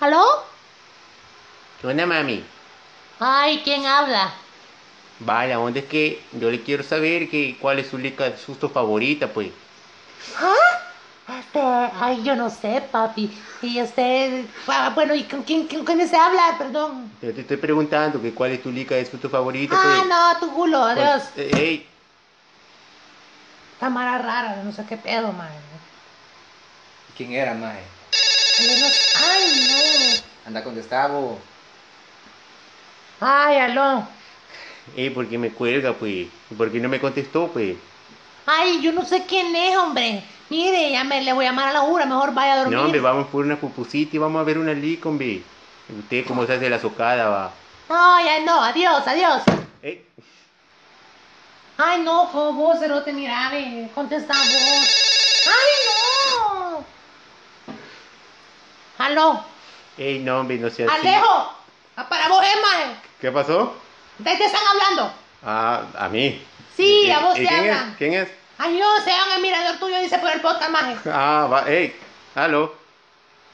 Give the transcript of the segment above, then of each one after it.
¿Aló? ¿Qué onda, mami? Ay, ¿quién habla? Vaya, onda es que yo le quiero saber que cuál es su lica de susto favorita, pues. ¿Ah? Este, ay, yo no sé, papi. Y este, ah, bueno, ¿y con quién, con quién se habla? Perdón. Yo te estoy preguntando que cuál es tu lica de susto favorita, pues. Ah, no, tu culo, Cuál- adiós. Eh, ey, Esta mara rara, no sé qué pedo, madre. ¿Quién era, mae? Ay, no sé- ay, Anda con Gustavo. no. Ay, aló. ey, ¿por qué me cuelga, pues? ¿Por qué no me contestó, pues? Ay, yo no sé quién es, hombre. Mire, ya me le voy a llamar a la jura, mejor vaya a dormir. No, hombre, vamos por una pupusita y vamos a ver una lica, hombre. Usted cómo se hace la socada, va. No, ya no, adiós, adiós. Ey, Ay, no, jo, vos, cerote, mira, ve, contesta vos. Ay, no. Aló, ey, no, hombre, no sea así. Alejo, ah, para vos, Emma, ¿Qué pasó? ¿de qué están hablando? Ah, a mí. Sí, ¿Y- a vos y te quién es? hablan. ¿Quién es? Ay, no, sean el mirador tuyo, dice por el podcast, maje. Ah, va, hey, aló.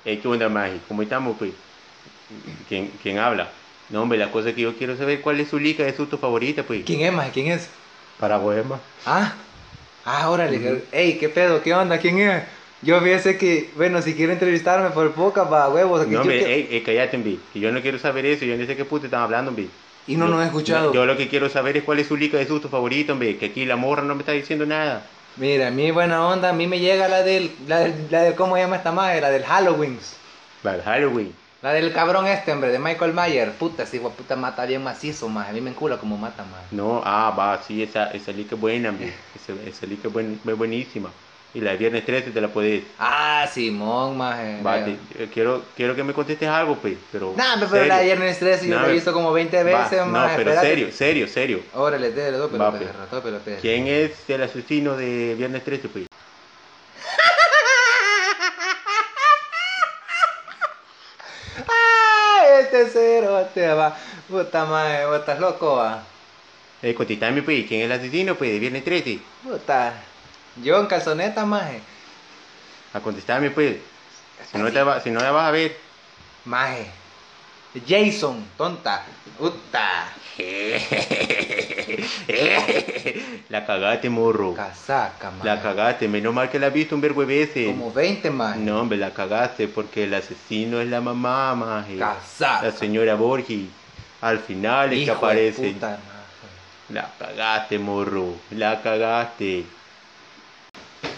Hey, ¿qué onda, Magi? ¿Cómo estamos, pues? ¿Quién, quién habla? No, hombre, la cosa es que yo quiero saber cuál es su lica de susto favorita, pues. ¿Quién es, mae? ¿Quién es? Para Bohema. Ah, ah, órale. Ujú. Ey, ¿qué pedo? ¿Qué onda? ¿Quién es? Yo fíjese que, bueno, si quiere entrevistarme por poca, va, huevos. aquí No, yo hombre, que- hey, hey, cállate, hombre. Que yo no quiero saber eso, yo no sé qué puta están hablando, hombre. Y no Yo- nos ha escuchado. no, Yo, lo que quiero saber es cuál es su lica de susto favorita, hombre. Que aquí la morra no me está diciendo nada. Mira, a mí buena onda, a mí me llega la del, la del, la del ¿cómo se llama esta madre? La del Halloween. Vale, Halloween. La del cabrón este, hombre, de Michael Mayer. Puta, ese hijo de puta mata bien macizo, más. A mí me encula como mata, más. No, ah, va, sí, esa, esa lica es buena, hombre. Esa, esa lica es buen- es buenísima. Y la de viernes 13 te la podés. Ah, Simón, más. Va, te- eh, quiero, quiero que me contestes algo, pues, pero... Nah, pero serio. la de Viernes 13 yo No, la he pero- visto como 20 Va, veces, No, más. pero serio, serio, serio. Órale, te lo Va, pero pues. te rató, pero te. ¿Quién es el asesino de Viernes 13, pues? Ah, este cero te va. Puta madre, vos estás loco, va. Eh, contestame, pues, ¿quién es el asesino, pues, de Viernes 13? Puta. Yo en calzoneta, maje. A contestarme, pues. Si no, te va- si no la vas a ver. Maje. Jason, tonta. Puta. la cagaste, morro. Casaca, maje. La cagaste, menos mal que la has visto un verbo de veces. Como 20, maje. No, hombre, la cagaste porque el asesino es la mamá, maje. Casaca. La señora Borgi. Al final es que Hijo de aparece. puta, maje. La cagaste, morro. La cagaste.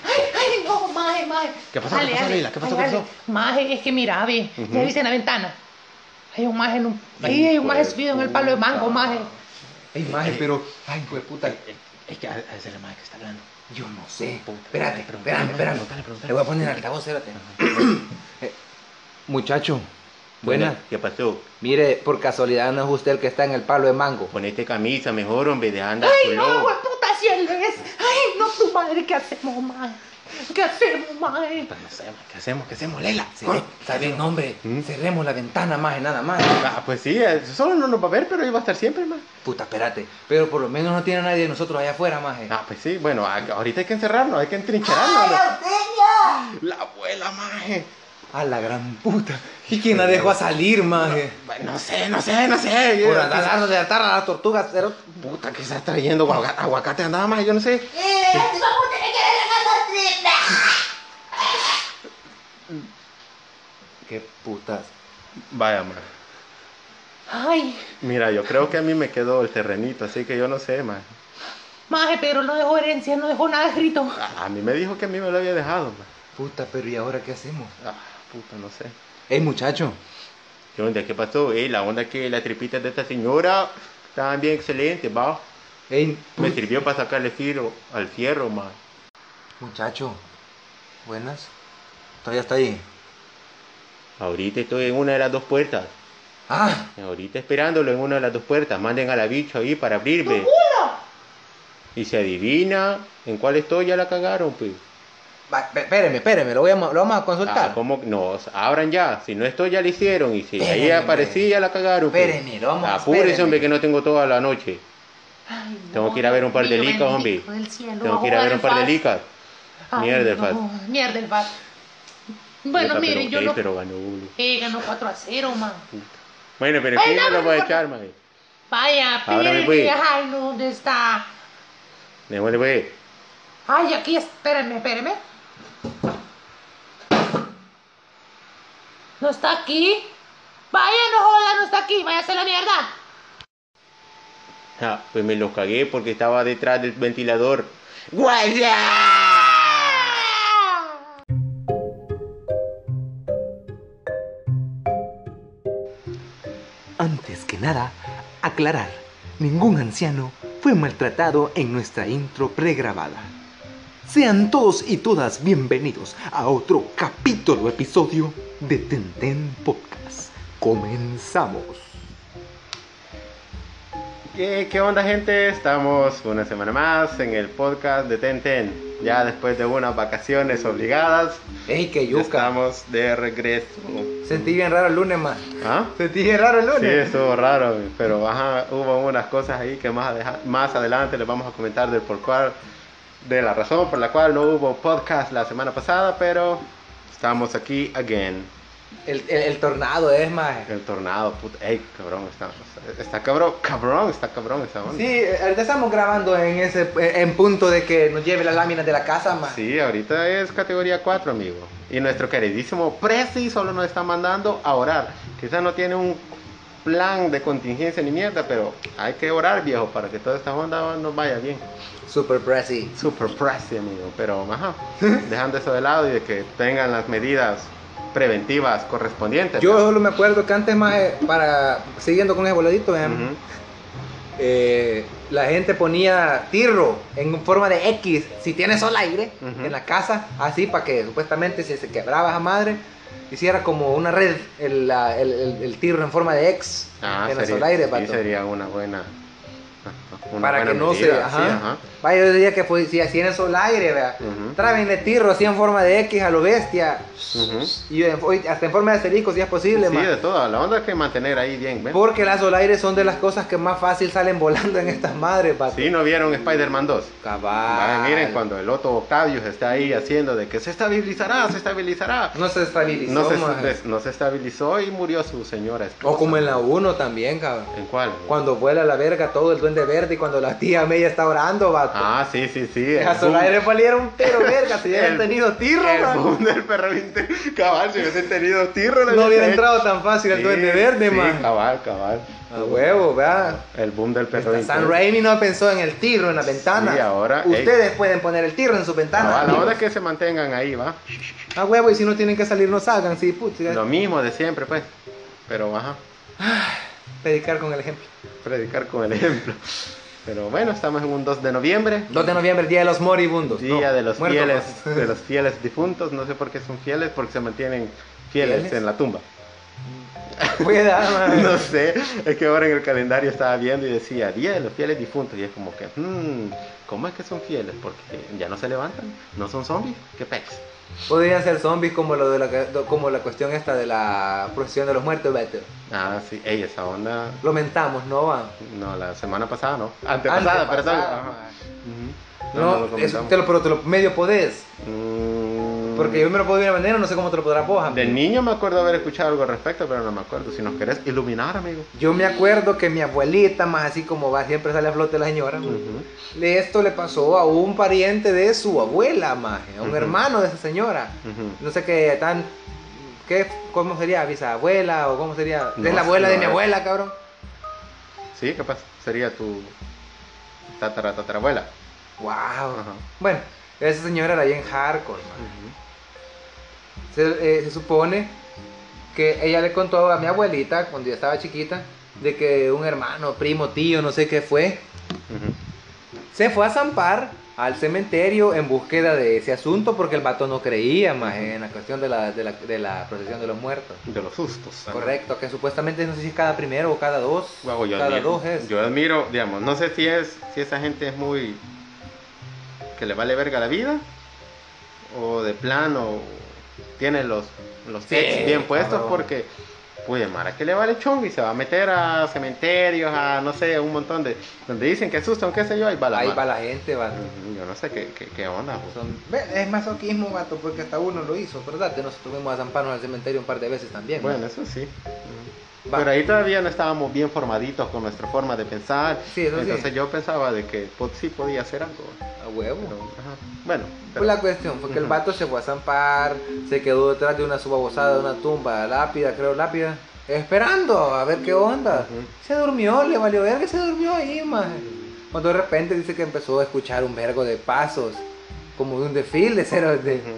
Ay, no, maje, maje. ¿Qué pasó, qué pasó, Leila? ¿Qué pasó, Ay, qué dale. pasó? Maje, es que mira, ve, Ujú. ya viste en la ventana. Hay un maje en un... Ahí hay un maje subido en el palo de mango, maje. Ey, maje, pero. Ay, hijo de puta. Es que a es la madre que está hablando. Yo no sé. Puta, dale, Espérate, espérame, pregúntale, espérame. pregúntale, pregúntale. Le voy a poner en altavoz, espérate. Eh, Muchacho. Buena. ¿Qué pasó? Mire, por casualidad no es usted el que está en el palo de mango. Ponete este camisa mejor, hombre, de andar Ay, no, puta, si él es. Ay, no, tu madre, ¿qué hacemos, maje? ¿Qué hacemos, maje? Pues No sé, ma, ¿qué hacemos? ¿Qué hacemos, Leila? Ah, Cerre- Está bien, hombre. ¿Mm? Cerremos la ventana más, nada más. Ah, pues sí, eh, solo no nos va a ver, pero ahí va a estar siempre, más. Puta, espérate. Pero por lo menos no tiene a nadie de nosotros allá afuera, maje. Ah, pues sí, bueno, a- ahorita hay que encerrarnos, hay que entrincherarnos. ¿no? La abuela, maje. A la gran puta. ¿Y quién la dejó a salir, maje? No sé, no sé, no sé. Por andar dándole la tarra a las tortugas. pero- Puta, que estás trayendo Guaga- aguacate, andaba más, yo no sé. Qué putas. Vaya, maje. Ay, Mira, yo creo que a mí me quedó el terrenito, así que yo no sé, maje. maje, pero no dejó herencia, no dejó nada escrito. A, a mí me dijo que a mí me lo había dejado, maje. Puta, pero ¿y ahora qué hacemos? Ah, puta, no sé. Ey, muchacho. ¿Qué onda? ¿Qué pasó? Eh, la onda que las tripitas de esta señora estaban bien excelentes, va. Ey, Me sirvió para sacarle filo al fierro, man. Muchacho, buenas. Todavía está ahí. Ahorita estoy en una de las dos puertas. Ah, Ahorita esperándolo en una de las dos puertas. Manden a la bicho ahí para abrirme. Y se adivina en cuál estoy, ya la cagaron, pues. va, pe- espéreme, espéreme, lo, voy a, ma- lo vamos a Ah, consultar. ¿cómo? No, abran ya. Si no estoy, ya la hicieron. Y si ahí Espérenme. aparecí, ya la cagaron. pues. Espérenme, lo vamos a- Apúrese, espérenme. hombre, que no tengo toda la noche. Ay, no, Tengo que ir a ver un par de Dios licas, bendito hombre. del cielo, Tengo que ir a jugar ver el un par de fast. licas. Ay, Mierda, el no, fast. Mierda, el fast. Bueno, Puta, miren, pero, yo ey, lo... pero ganó uno. Eh, ganó 4 a 0, man. Puta. Bueno, pero Ay, ¿quién no, no lo no, va a no. echar, maje? Vaya, Ahora me pero voy. ay, no, ¿dónde está? Démosle, pues. Ay, aquí, espérame, espérame. ¿No está aquí? Vaya, no joda, no está aquí, vaya a hacer la mierda. Ja, pues me lo cagué porque estaba detrás del ventilador. Antes que nada, aclarar, ningún anciano fue maltratado en nuestra intro pregrabada. Sean todos y todas bienvenidos a otro capítulo episodio de Tenten Podcast. Comenzamos. ¿Qué, qué onda, gente? Estamos una semana más en el podcast de Tenten. Ya después de unas vacaciones obligadas, Ey, qué yuca. estamos de regreso. Sentí bien raro el lunes, más. ¿Ah? Sentí bien raro el Sí, lunes. estuvo raro, pero ajá, hubo unas cosas ahí que más, adeja- más adelante les vamos a comentar del por cuál, de la razón por la cual no hubo podcast la semana pasada, pero estamos aquí again. El, el, el tornado es, más. El tornado, puta, ey, cabrón, está, está cabrón, cabrón, está cabrón esa onda. Sí, eh, ahorita estamos grabando en ese eh, en punto de que nos lleve las láminas de la casa, más. Sí, ahorita es categoría 4, amigo. Y nuestro queridísimo Prezi solo nos está mandando a orar. Quizás no tiene un plan de contingencia ni mierda, pero hay que orar, viejo, para que toda esta onda nos vaya bien. Super pressy. Super Prezi, amigo. Pero, ajá, dejando eso de lado y de que tengan las medidas preventivas correspondientes. Yo solo me acuerdo que antes, más, eh, para, siguiendo con ese voladito, eh, Ujú. eh, la gente ponía tirro en forma de X, si tiene sol aire, Ujú. en la casa, así para que supuestamente si se quebraba esa madre, hiciera como una red el, la- el- el- el tirro en forma de X Ah, en el sería, sol aire, sí, vato. sería una buena. una para buena que no se. medida, Ajá. sí, ajá. Vaya, yo diría que fue, si así en el sol aire, vea. Ujú. Trávenle tirro así en forma de X a lo bestia. Ujú. Y en- hoy hasta en forma de asterisco si es posible, Sí, ma. de toda la onda que mantener ahí bien. ¿ven? Porque las solaires son de las cosas que más fácil salen volando en estas madres, pato. Sí, no vieron Spider-Man 2. Cabal. Vayan, miren cuando el Otto Octavius está ahí haciendo de que se estabilizará, se estabilizará. No se estabilizó, No se, maje. des- no se estabilizó y murió su señora esposa. O como en la 1 también, cabrón. ¿En cuál? Cuando vuela la verga todo el duende verde y cuando la tía Mella está orando, vato. Ah, sí, sí, sí. el Las boom- solaires valieron pero verga, si hubieran El- tenido tirro, el man. boom del perro vinter- Cabal, si hubiesen tenido tirro. le No hubiera hubiesen entrado tan fácil hecho. el duende verde, sí, man. cabal, cabal. A huevo, vea. El boom del perro Hasta San vinter- Raimi no pensó en el tirro en la ventana. Sí, ahora, ey. Ustedes pueden poner el tirro en su ventana. Cabal, ahora que se mantengan ahí, va. A huevo, y si no tienen que salir, no salgan. Sí, puta. Lo mismo de siempre, pues. Pero, ajá. Predicar con el ejemplo. predicar con el ejemplo. Pero bueno, estamos en un 2 de noviembre, 2 de noviembre, el día de los moribundos. día No, de los muertos, fieles, pues. de los fieles difuntos, no sé por qué son fieles, porque se mantienen fieles, ¿Fieles? en la tumba. Cuida, man. No sé, es que ahora en el calendario estaba viendo y decía Día de los fieles difuntos y es como que, hmm, ¿cómo es que son fieles? Porque ya no se levantan, no son zombies, qué pex. Podrían ser zombies como lo de la que- como la cuestión esta de la procesión de los muertos, vete. Ah, sí, ey, esa onda, Lo mentamos, no van. no, la semana pasada no, antepasada, perdón. Ajá. Ujú. No, lo eso comentamos. te lo, pero te lo medio podés. Mm. Porque yo me lo puedo de una manera, no sé cómo te lo podrás vos. De amigo. niño me acuerdo haber escuchado algo al respecto, pero no me acuerdo. Si nos querés iluminar, amigo. Yo me acuerdo que mi abuelita, más así como va, siempre sale a flote la señora. le- Esto le pasó a un pariente de su abuela, maje, a un Ujú. hermano de esa señora. Ujú. No sé qué tan. ¿qué, ¿Cómo sería? ¿Bisabuela o cómo sería? No, es la abuela sí, de mi no. abuela, cabrón. Sí, capaz. Sería tu tatara tatarabuela. ¡Wow! Ajá. Bueno, esa señora era bien hardcore, man. Se, eh, se supone que ella le contó a mi abuelita cuando yo estaba chiquita de que un hermano, primo, tío, no sé qué fue, Ujú. se fue a zampar al cementerio en búsqueda de ese asunto porque el vato no creía más en la cuestión de la, de la, de la procesión de los muertos. De los sustos. Correcto, que supuestamente no sé si es cada primero o cada dos. Guau, yo, cada admiro, dos es. yo admiro, digamos, no sé si es, si esa gente es muy que le vale verga la vida o de plano tiene los los tics bien puestos cabrón. porque Puye, Mara, que le vale chongo y se va a meter a cementerios, a no sé, un montón de. Donde dicen que asustan, qué sé yo, ahí va la Ahí va mara. la gente, va. Ujú, Yo no sé qué, qué, qué onda. pues. Son- ve, Es masoquismo, gato, porque hasta uno lo hizo, ¿verdad? Que nos tuvimos a zamparnos al cementerio un par de veces también. Bueno, eso sí. Ujú. Va. Pero ahí todavía no estábamos bien formaditos con nuestra forma de pensar. Sí, eso sí. Entonces yo pensaba de que pues, sí podía hacer algo. A huevo. Pero, ajá. Bueno, pero- Pues la cuestión fue que el Ujú. vato se fue a zampar, se quedó detrás de una subabosada, de una tumba, lápida, creo, lápida, esperando a ver qué onda. Ujú. Se durmió, le valió ver que se durmió ahí, más. Cuando de repente dice que empezó a escuchar un vergo de pasos, como de un desfile, cero de. Ujú.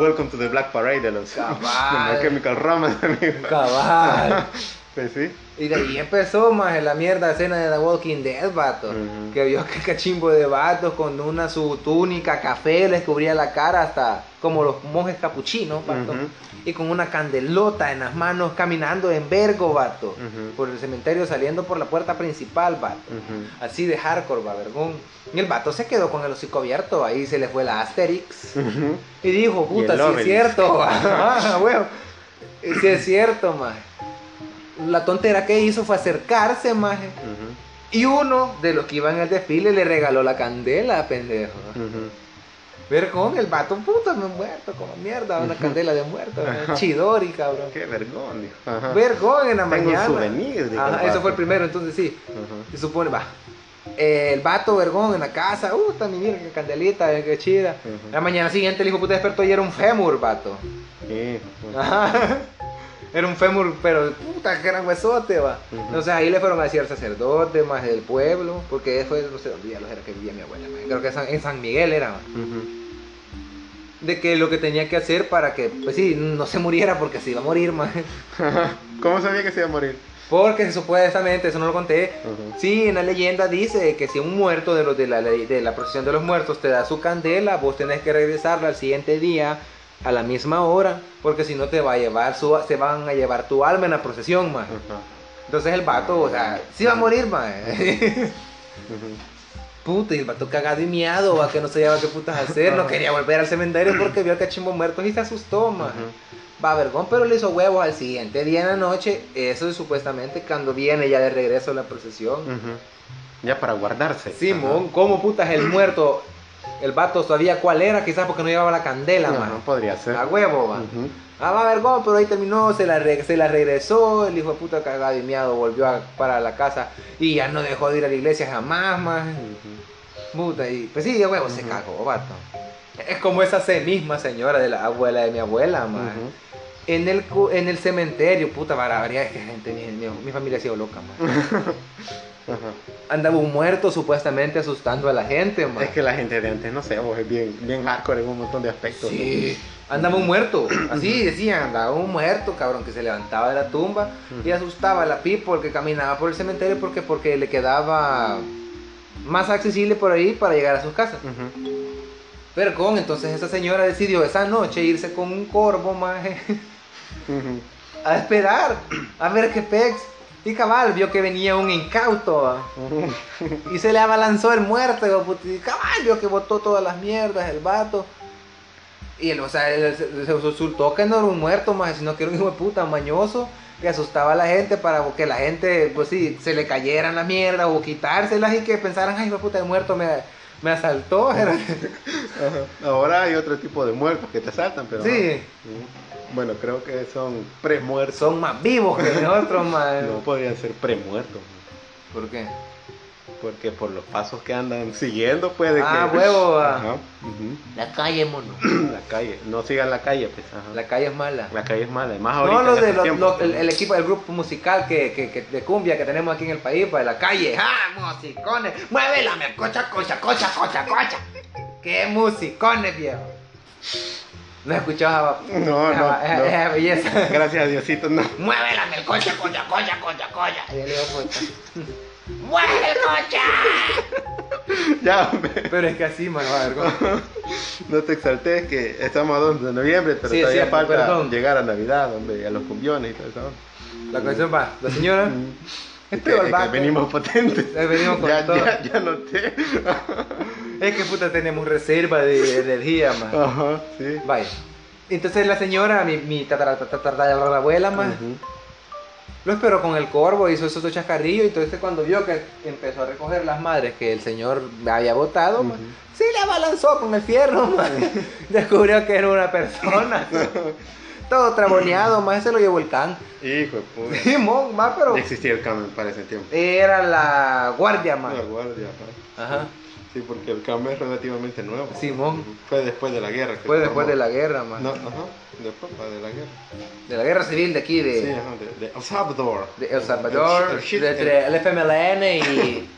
Welcome to the Black Parade de los Cabal. de My Chemical Romance, amigo. Cabal. Pues sí. Y de ahí empezó más la mierda escena de The Walking Dead, vato. Ujú. Que vio que cachimbo de vatos con una su túnica café les cubría la cara hasta como los monjes capuchinos, vato. Ujú. Y con una candelota en las manos caminando en vergo, vato. Ujú. Por el cementerio saliendo por la puerta principal, vato. Ujú. Así de hardcore, va, vergón. Y el vato se quedó con el hocico abierto, ahí se le fue la Asterix. Ujú. Y dijo, Y el puta, si es Obelix. cierto, ah, huevo. Si es cierto, maje. La tontera que hizo fue acercarse, maje. Ujú. Y uno de los que iban al desfile le regaló la candela, pendejo. Ujú. Ver con el vato, puta, me he muerto, como mierda, una candela de muerto. maje. Chidori, cabrón. Qué vergón, dijo. Ajá. Vergón en la Tengo un mañana. souvenir, dijo Ajá, el eso vato. fue el primero, entonces sí. Ujú. Se supone, va. Eh, el vato vergón en la casa, uh, está mi mira, qué candelita, eh, qué chida. Ujú. La mañana siguiente el hijo puta despertó y era un fémur, vato. Sí. Ajá. Era un fémur, pero puta, que gran huesote, va. Ujú. Entonces ahí le fueron a decir al sacerdote, más del pueblo, porque eso es, no sé dónde diablos era que vivía mi abuela, ma. creo que en San- en San Miguel era, ma. Ujú. de que lo que tenía que hacer para que, pues sí, no se muriera porque se iba a morir, más. ¿Cómo sabía que se iba a morir? Porque supuestamente, eso no lo conté, Ujú. sí, en la leyenda dice que si un muerto de los de la, ley- de la procesión de los muertos te da su candela, vos tenés que regresarla al siguiente día a la misma hora, porque si no te va a llevar su, se van a llevar tu alma en la procesión, más. Ajá. Entonces el vato, o sea, sí va a morir, mae. Ujú. Puta, y el vato cagado y miado, va, que no sabía qué putas hacer, no quería volver al cementerio porque vio al cachimbo muerto y se asustó, mae. Va vergón, pero le hizo huevos al siguiente día en la noche. Eso es supuestamente cuando viene ya de regreso la procesión. Ujú. Ya para guardarse. Simón, ¿cómo putas el muerto? El vato sabía cuál era, quizás porque no llevaba la candela, Ajá. mae. Ajá, podría ser. A huevo, va. Ujú. Ah, va vergón, pero ahí terminó, se la, re- se la regresó, el hijo de puta cagado y miado volvió a- para la casa y ya no dejó de ir a la iglesia jamás, más. Ujú. Puta, y pues sí, de huevo se Ujú. cagó, vato. Es como esa se- misma señora de la abuela de mi abuela, más. Ujú. En el, cu- en el cementerio, puta barbaridad, es que gente, mi, mi- mi familia ha sido loca, man. Ajá. Andaba un muerto supuestamente asustando a la gente, man. Es que la gente de antes, no sé, vos, es bien, bien hardcore en un montón de aspectos. Sí. Andaba un muerto, así decían, andaba un muerto, cabrón, que se levantaba de la tumba y asustaba a la people que caminaba por el cementerio porque, porque le quedaba más accesible por ahí para llegar a sus casas. Ujú. Pero con, entonces esa señora decidió esa noche irse con un corvo, maje, Ujú. a esperar, a ver qué pex. Y cabal, vio que venía un incauto. ah. Ujú. Y se le abalanzó el muerto, hijo de puta, y caballo que botó todas las mierdas, el vato. Y él, o sea, él se, se resultó que no era un muerto más, sino que era un hijo de puta mañoso que asustaba a la gente para que la gente, pues sí, se le cayeran las mierdas o quitárselas y que pensaran, ay, hijo de puta, el muerto me, me asaltó. Era- Ahora hay otro tipo de muertos que te saltan, pero. Sí, Ujú. Bueno, creo que son premuertos. son más vivos que nosotros, más. No podrían ser premuertos. ¿no? ¿Por qué? Porque por los pasos que andan siguiendo puede Ah, que. huevo, va. Ajá. Ujú. La calle, mono. La calle. No sigan la calle, pues. ajá. La calle es mala. La calle es mala. y Más ahorita. No, los en de estos los- tiempos. los- el, el equipo, el grupo musical que, que- que- de cumbia que tenemos aquí en el país, para la calle. ¡Ah, musicones! ¡Muévela, me cocha, cocha, cocha, cocha, cocha! ¡Qué musicones, viejo! No escuchaba. No, no, Esa- no. esa Ah, eh, belleza. Gracias a Diosito, no. Muévela, el coche, coche, coche, coche, coche. Ahí le digo, puta. ¡Mueve el coche! Ya, hombre, Pero es que así, man, va a ver, ¿cómo? no te exaltes que estamos a 2 de noviembre, pero Sí, es todavía cierto, falta perdón. llegar a Navidad, hombre, y a los cumbiones y todo eso. La canción va. La señora. Mm. este Es que, Pero el es que vato- venimos potentes. Eh, venimos con ya, todo. ya, ya noté. Ah. Es que puta tenemos reserva de, de energía, man. Ajá, sí. Vaya. Entonces la señora, mi, mi tatara- tatara- tatara- abuela más, Ujú. lo esperó Pues, con el corvo, hizo esos dos chascarrillos. Entonces cuando vio que empezó a recoger las madres que el señor había votado, ma, Ujú. sí le abalanzó con el fierro, ma. descubrió que era una persona. pues. Todo traboneado, más se lo llevó el can. Hijo de puta. Sí, mo, ma, pero Existía el Camel para ese tiempo. era la guardia, más. La guardia, ajá. Ajá. Sí, porque el Camel es relativamente nuevo. Simón. Fue después de la guerra. que Fue después formó. de la guerra, más. No, ajá. Después va, de la guerra. De la guerra civil de aquí, de, Sí, ajá. De, de El Salvador. de El Salvador, El shit- de- el- entre el FMLN y,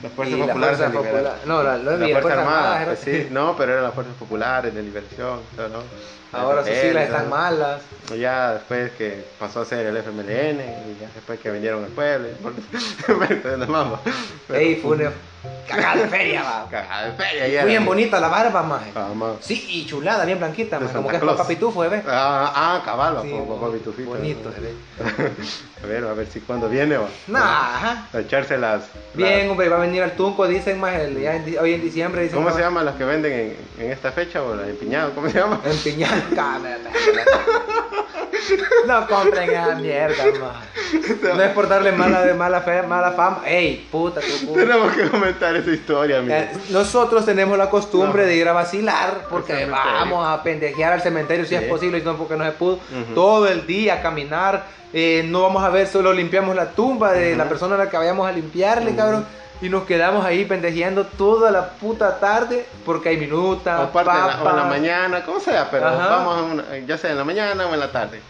La Fuerza y la Popular. Fuerza se libera. Popular. No, la, no, La y la Fuerza, Armada, era- pues sí, no, pero eran las Fuerzas Populares de Liberación, todo, ¿no? Ahora sus FPL, siglas todo. están malas. Ya después que pasó a ser el FMLN, y ya después que vinieron al pueblo, y por- entonces no vamos. Pero- Ey, fue una cagada de feria, va. Cagada de feria, ya Muy bien era. bonita la barba, maje. Ah, ma. Sí, y chulada, bien blanquita, De maje. Como Santa que es Claus. papá pitufo, ¿eh? ve? Ah, ah, cabalo, Sí, con papá Pitufito. bonito, ¿no? ¿eh? A ver, a ver si cuando viene va. Nah, ajá. A echarse las. Bien, hombre, va a venir al Tunco, dicen, más hoy en diciembre. las- Dicen, ¿Cómo que se va- llama las que venden en, en esta fecha o las empiñadas? ¿Cómo se llama? En Piñanca, me- me- me- No compren esa mierda, ma. No es por darle mala, de mala, fe, mala fama. Ey, puta, tu puta. Tenemos que comentar esa historia, amigo. Eh, Nosotros tenemos la costumbre No. de ir a vacilar Al porque cementerio. vamos a pendejear al cementerio si Sí. es posible y no porque no se pudo. Ujú. Todo el día a caminar, eh, no vamos a ver, solo limpiamos la tumba de Ujú. la persona a la que vayamos a limpiarle, Ujú. cabrón. Y nos quedamos ahí pendejeando toda la puta tarde porque hay minutas, Aparte, en la, o en la papas. mañana, como sea, pero Ajá. vamos, a una- ya sea en la mañana o en la tarde.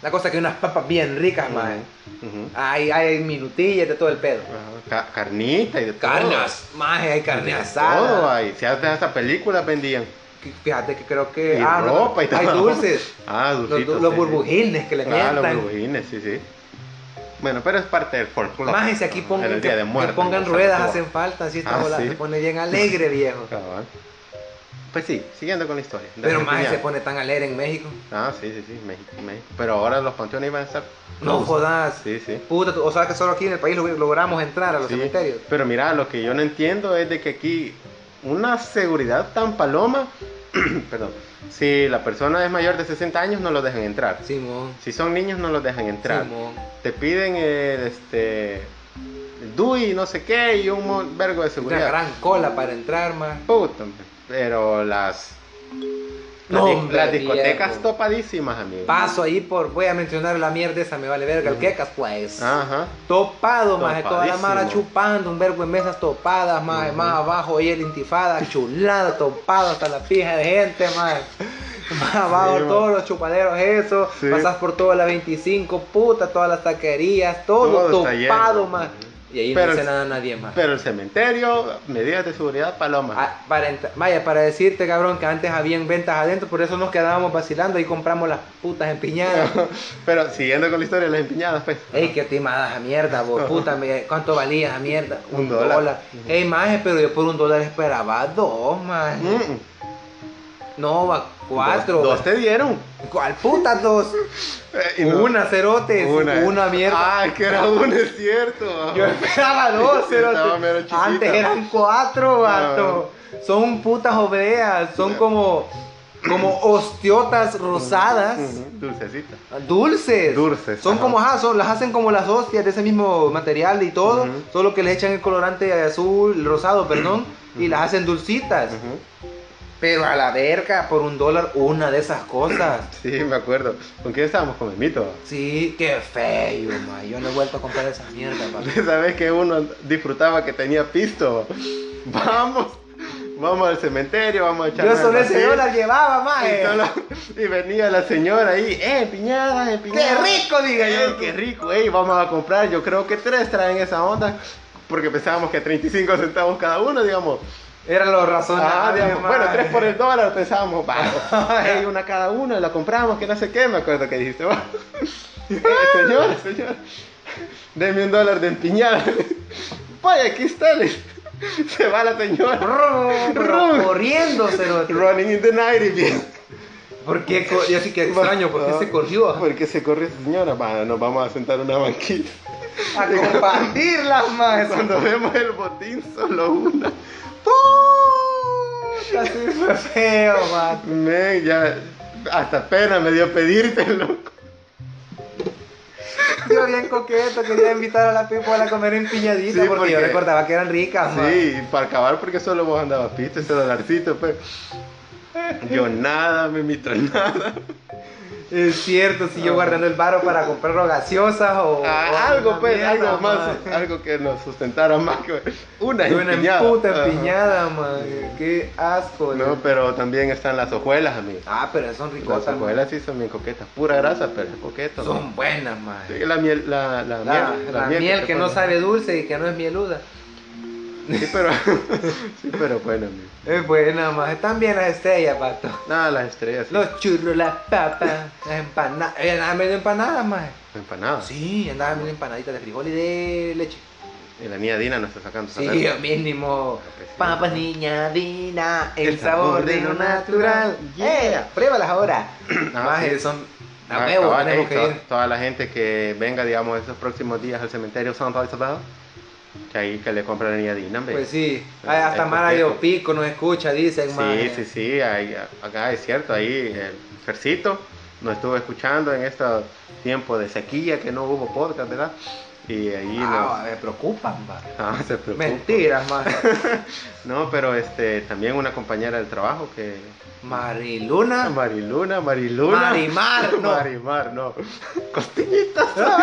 La cosa que unas papas bien ricas, Ujú. mae. Ujú. Hay, hay minutillas de todo el pedo. Ajá. Ca- carnita y de todo. Carnes, maje, hay De carne Todo asada. ahí. Si antes hasta películas vendían. Que- Fíjate que creo que. Y ah, no, ropa y Hay todo. dulces. Ah, Los, dulcitos. los sí, sí. burbujines que le Ah, los metan. burbujines, sí, sí. Bueno, pero es parte del folclore. Más si aquí En pongan, el día de que- que muertos, pongan en ruedas, Salvatore. hacen falta, así está Ah, volando, sí. se pone bien alegre, viejo. Cabal. Pues sí, siguiendo con la historia. De Pero la más se piñata. pone tan alegre en México. Ah, sí, sí, sí, México, México. Pero ahora los panteones iban a estar. No jodas. Sí, sí. Puta, tú- o sea que solo aquí en el país log- logramos entrar a los Sí, cementerios. Pero mira, lo que yo no entiendo es de que aquí una seguridad tan paloma, perdón, si la persona es mayor de 60 años no los dejan entrar. Simón. Si son niños no los dejan entrar. Simón. Te piden el este el DUI, no sé qué y un mon- vergo de Una seguridad. gran cola para entrar, más. Puta, hombre. pero las las, No, di- hombre, las discotecas viejo. topadísimas, amigo. Paso ahí por, voy a mencionar la mierda esa, me vale verga, el quecas pues. Ajá. Topado, más toda la Topadísimo. mara chupando, un vergo en mesas topadas, más más abajo, ahí el intifada, chulada, topado hasta la pija de gente, más más abajo ma. todos los chupaderos, eso, Sí. pasas por toda la 25, puta, todas las taquerías, todo, Todo está topado, lleno. más y ahí Pero- no dice nada a nadie más. Pero el cementerio, medidas de seguridad paloma. Ah, para ent- vaya, para decirte, cabrón, que antes habían ventas adentro, por eso nos quedábamos vacilando y compramos las putas empiñadas. Pero siguiendo con la historia de las empiñadas, pues. Ey, qué timada a mierda, vos, puta, me- ¿cuánto valía esa mierda? Un dólar. Ey, maje, pero yo por un dólar esperaba dos, maje. Mm, No, va, cuatro. Dos, va. dos te dieron. ¿Cuál puta dos? Eh, y no- Una, cerote. Una, mierda. Ah, que era una, es cierto. Yo esperaba dos, Sí, Ah. estaba mero cerote. chiquita. Antes eran cuatro, vato. Son putas obreas, son como, como ostiotas rosadas. Ujú, Dulcecita. Dulces. Dulces, Son ajá. como, ajá, son- las hacen como las hostias de ese mismo material y todo, Ujú. solo que le echan el colorante azul, rosado, perdón, y las hacen dulcitas. Ujú. Pero a la verga, por un dólar, una de esas cosas. Sí, me acuerdo. ¿Con quién estábamos? Con Memito. Sí, qué feo, ma. Yo no he vuelto a comprar esa mierda, pa. Sabes que uno disfrutaba que tenía pisto. Vamos, vamos al cementerio, vamos a echar. Yo solo ese dólar llevaba, ma. eh. Y, solo- y venía la señora ahí, eh, piñada, eh, ¡Qué piñada. rico, diga Ey, yo! qué rico, ey, vamos a comprar. Yo creo que tres traen esa onda. Porque pensábamos que 35 centavos cada uno, digamos. Era lo Ah, razonable, digamos, ma. bueno, tres por el dólar pensábamos, va, ey, una cada uno, la compramos, que no sé qué, me acuerdo que dijiste, va. Eh, señor, señor, deme un dólar de empiñada. Vaya, aquí está, le- se va la señora. Rum, rum, Corriendo, cerote. Running in the night, y bien. ¿Por qué? co- Yo sí que extraño, ¿por qué se corrió? Porque se corrió esa señora, va, nos vamos a sentar en una banquita. A compartirlas, más. Cuando vemos el botín, solo una. Puta, sí, fue feo, man. Men, ya hasta pena me dio pedírtelo. Yo bien coqueto quería invitar a la people a comer empiñaditas Sí, porque, yo porque- recordaba que eran ricas, man. Sí, y para acabar, porque solo vos andabas piste ese dolarcito, pues. Yo nada, memito, nada. Es cierto, si yo guardando el varo para comprar gaseosas o, Ah, o algo, una pues, Oh, mierda, algo más, man. algo que nos sustentara más que una De una empiñada. puta Ajá. empiñada, pues. man. Qué asco, No, man. pero también están las hojuelas, amigo. Ah, pero son Las ricotas, man. hojuelas sí son bien coquetas, pura grasa, pero es coqueto. ¿no? Son buenas, man. Sí, la miel, la, la La, miel, la miel que, se no pone. sabe dulce y que no es mieluda. Sí, pero, sí, pero bueno, amigo. Es buena, man. Están bien las estrellas, pato. Nada, las estrellas. sí. Los churros, las papas, las empanadas. Eh, andaba medio empanadas, man. Empanadas. Sí, andaba medio empanaditas de frijol y de leche. Y la niña Dina nos está sacando. Sí, saber. mínimo. que sí. Papas niña Dina, el, El sabor, sabor de de lo lo natural. natural. ¡Eh! Yeah. Pruébalas ahora. Ah, Maje, sí. son a Ah, huevo, cabal, ey, tenemos que to- ir. Toda la gente que venga, digamos, esos próximos días al cementerio Santa Isabel, que ahí que le compra la niña Dina, hombre. Pues sí, Ah, Ay, hasta es Mara Yo coqueto. Pico nos escucha, dicen, Sí, maje. sí, sí, ahí, acá es cierto, ahí el Fercito nos estuvo escuchando en este tiempo de sequía que no hubo podcast, ¿verdad? Y ahí Ah, nos... me preocupan, maje. Ah, se preocupa. Mentiras, maje. No, pero este, también una compañera del trabajo que... Mariluna. Mariluna, Mariluna. Ah. Marimar, no. Marimar, no. Costiñitas. No.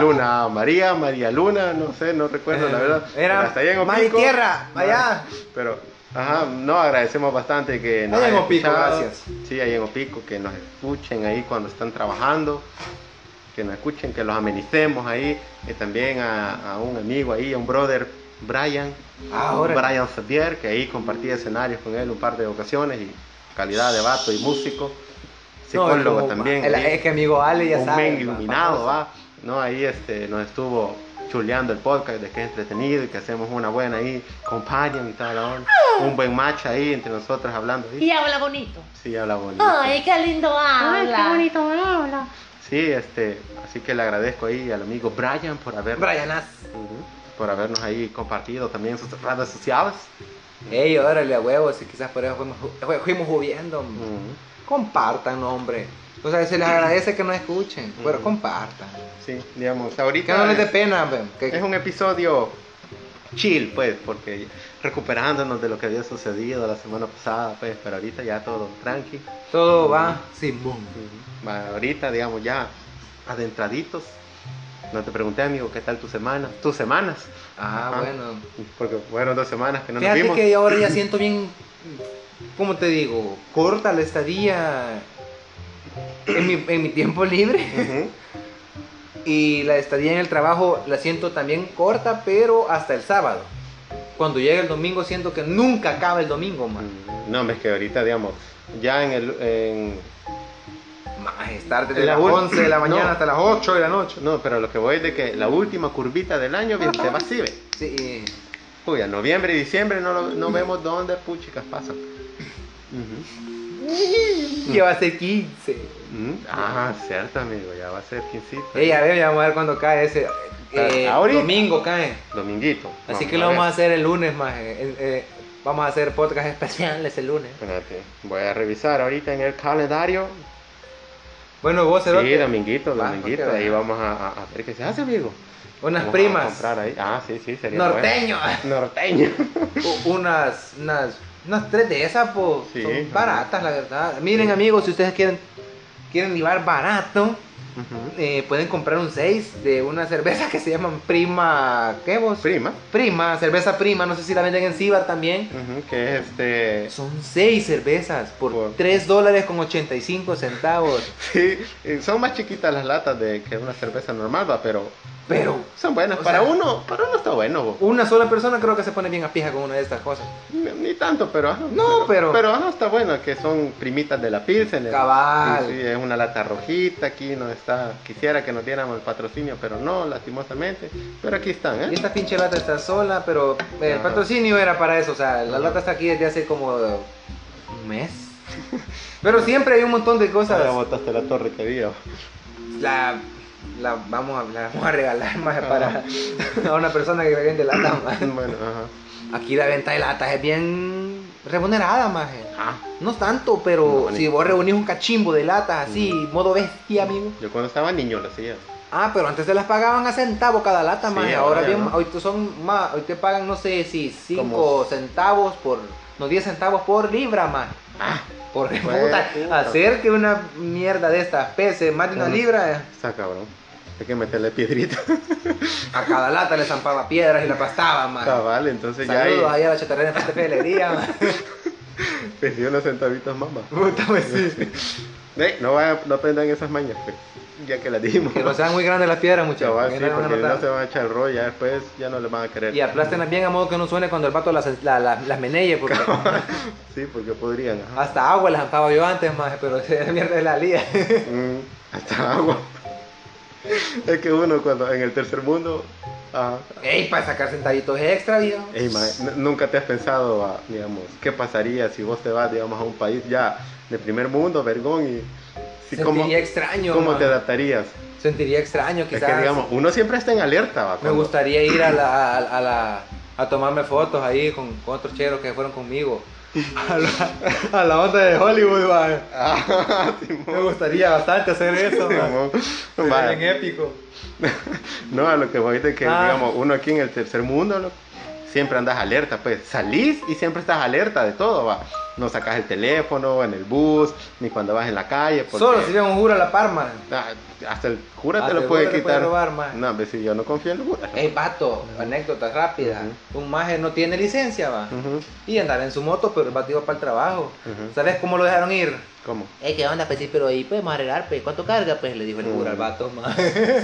Luna María, María Luna, no sé, no recuerdo la Eh, verdad. era Pero hasta allá en Opico, Mari Tierra, allá. Pero, ajá, no, agradecemos bastante que nos Allá en hayan Opico, escuchado. gracias. Sí, ahí en Opico, que nos escuchen ahí cuando están trabajando, que nos escuchen, que los amenicemos ahí, que también a, a un amigo ahí, a un brother, Brian, Ahora. Brian Xavier, que ahí compartí escenarios con él un par de ocasiones y calidad de vato y músico, No, psicólogo como, también. ma- el- ahí es que amigo Ale ya un sabe. men ma, iluminado, famoso. va. No, ahí este, nos estuvo chuleando el podcast de que es entretenido y que hacemos una buena ahí, companion y tal, un buen match ahí entre nosotros hablando. Y Ah, ahí. habla bonito. Sí, habla bonito. Ay, qué lindo habla. habla. Sí, este, así que le agradezco ahí al amigo Brian por haber, Brian As. Ujú, por habernos ahí compartido también sus redes sociales. Ey, órale a huevos, y quizás por eso fuimos, ju- fu- fuimos subiendo. ma. Ujú, Compartan, hombre. O sea, se les agradece que nos escuchen, pero Mm. compartan. Sí, digamos, Que ahorita no les dé es, pena, ve, que- es un episodio chill, pues, porque recuperándonos de lo que había sucedido la semana pasada, pues, pero ahorita ya todo tranqui. todo va Simón. Ujú. Va, Ahorita, digamos, ya adentraditos. No te pregunté, amigo, ¿qué tal tu semana? ¿Tus semanas? Ah, Ajá. bueno. Porque fueron dos semanas que no Fíjate nos vimos. que ahora ya siento bien, ¿cómo te digo? Corta la estadía en mi, en mi tiempo libre. Ujú. Y la estadía en el trabajo la siento también corta, pero hasta el sábado. Cuando llega el domingo siento que nunca acaba el domingo, man. No, hombre, es que ahorita, digamos, ya en el... en- Más estar desde En la las ul- 11 de la mañana No. hasta las 8 de la noche. No, pero lo que voy es de que la última curvita del año bien, te va así, ve. Sí. Uy, a noviembre y diciembre no, lo- no vemos dónde puchicas pasan. Ujú. Ya va a ser 15. Ujú. Ah, cierto, amigo, ya va a ser quincito. Ey, ya veo, ya vamos a ver cuándo cae ese. eh, Ahorita. domingo cae. Dominguito. Así que lo vamos a hacer el lunes más. eh, vamos a hacer podcast especiales el lunes. Espérate, voy a revisar ahorita en el calendario Bueno, vos, Cerote, Sí, dominguito, Va, dominguito. Ah, ok, ahí va. vamos a, a- a ver qué se hace, amigo. unas Vamos a primas. comprar ahí. Ah, sí, sí, sería Norteño. bueno. Norteño. U- unas, unas, unas tres de esas, pues. Sí, son ajá. baratas, la verdad. Miren, amigos, si ustedes quieren, quieren llevar barato, Ujú. eh, pueden comprar un 6 de una cerveza que se llaman Prima. ¿Qué vos? Prima, Prima, cerveza prima. No sé si la venden en Cibar también. ujú, que es este. Son 6 cervezas por, Por- 3 dólares con 85 centavos. Sí, eh, son más chiquitas las latas de que una cerveza normal, va, pero Pero son buenas. O para sea- uno, para uno está bueno, bo. una sola persona creo que se pone bien a pija con una de estas cosas. ni, ni tanto, pero ajá, No, pero- pero ajá, está bueno, que son primitas de la Pilsen. Cabal. Sí, sí, es una lata rojita, aquí no está. Quisiera que nos diéramos el patrocinio, pero no, lastimosamente. Pero aquí están, Y ¿eh? esta pinche lata está sola, pero el Ajá. patrocinio era para eso. O sea, la Ajá. lata está aquí desde hace como un mes. Pero siempre hay un montón de cosas. Ya botaste la torre que dio. La la vamos a, la vamos a regalar más para a una persona que vende latas. maje. Bueno, ajá. Aquí la venta de latas es bien remunerada, maje. Ah, No es tanto, pero No, ni- si vos reunís un cachimbo de latas así, modo bestia, amigo. yo cuando estaba niño lo hacía. Ah, pero antes te las pagaban a centavo cada lata, Sí, maje. ahora Ahora ya bien, no. hoy te son más, hoy te pagan no sé si 5 Como- centavos por no 10 centavos por libra, maje. Ah, Por Fue puta, puta. hacer que una mierda de estas pese más de una Ujú. libra, eh, está cabrón. Hay que meterle piedrita. a cada lata le zampaba piedras y la aplastaba, maje. Cabal, entonces ya Saludos ahí ahí a la chatarrera en Fuente de Alegría, maje. perdió los centavitos mamá. Puta, pues sí. Ve, no, vayan- no aprendan esas mañas, pues, ya que las dijimos. Que no sean muy grandes las piedras, muchachos. Chaval, que sí, no las van a porque notar. no se van a echar rollo, ya después ya no les van a querer. Y aplástenlas bien a modo que no suene cuando el vato las, la- la- las meneye, porque Sí, porque podrían. ajá. hasta agua las zampaba yo antes, maje, pero esa mierda es la lía. Mm, hasta agua. Es que uno cuando en el tercer mundo, ajá, Ey, para sacar centavitos extra, viejo. Ey, mae, n- nunca te has pensado, ah, digamos, qué pasaría si vos te vas, digamos, a un país ya de primer mundo, vergón, y si Sentiría cómo, extraño, cómo maje. te adaptarías. Sentiría extraño, Es quizás. que, digamos, uno siempre está en alerta, va. Me cuando- gustaría ir a la, a, a la a tomarme fotos ahí con, con otros cheros que fueron conmigo. A la, a la onda de Hollywood, man. Ah, Me Simón, gustaría bastante hacer eso, man. Simón. Sería Va, bien épico. No, a lo que voy de que, Ah. digamos, uno aquí en el tercer mundo, lo- siempre andas alerta, pues salís y siempre estás alerta de todo, va. No sacas el teléfono en el bus, ni cuando vas en la calle. porque- Solo si veo un juro a la par, man. Ah, hasta el cura Hasta te lo el puede cura te puede quitar. robar, maje. no, hombre, si yo no confío en el cura. Ey, vato, anécdotas rápidas. Un maje no tiene licencia, va. Ujú, Y andaba en su moto, pero el vato iba para el trabajo. Ujú. ¿Sabes cómo lo dejaron ir? ¿Cómo? Ey, ¿qué onda? Pues sí, pero ahí podemos arreglar, pues. ¿Cuánto carga? Pues le dijo el cura al vato, man.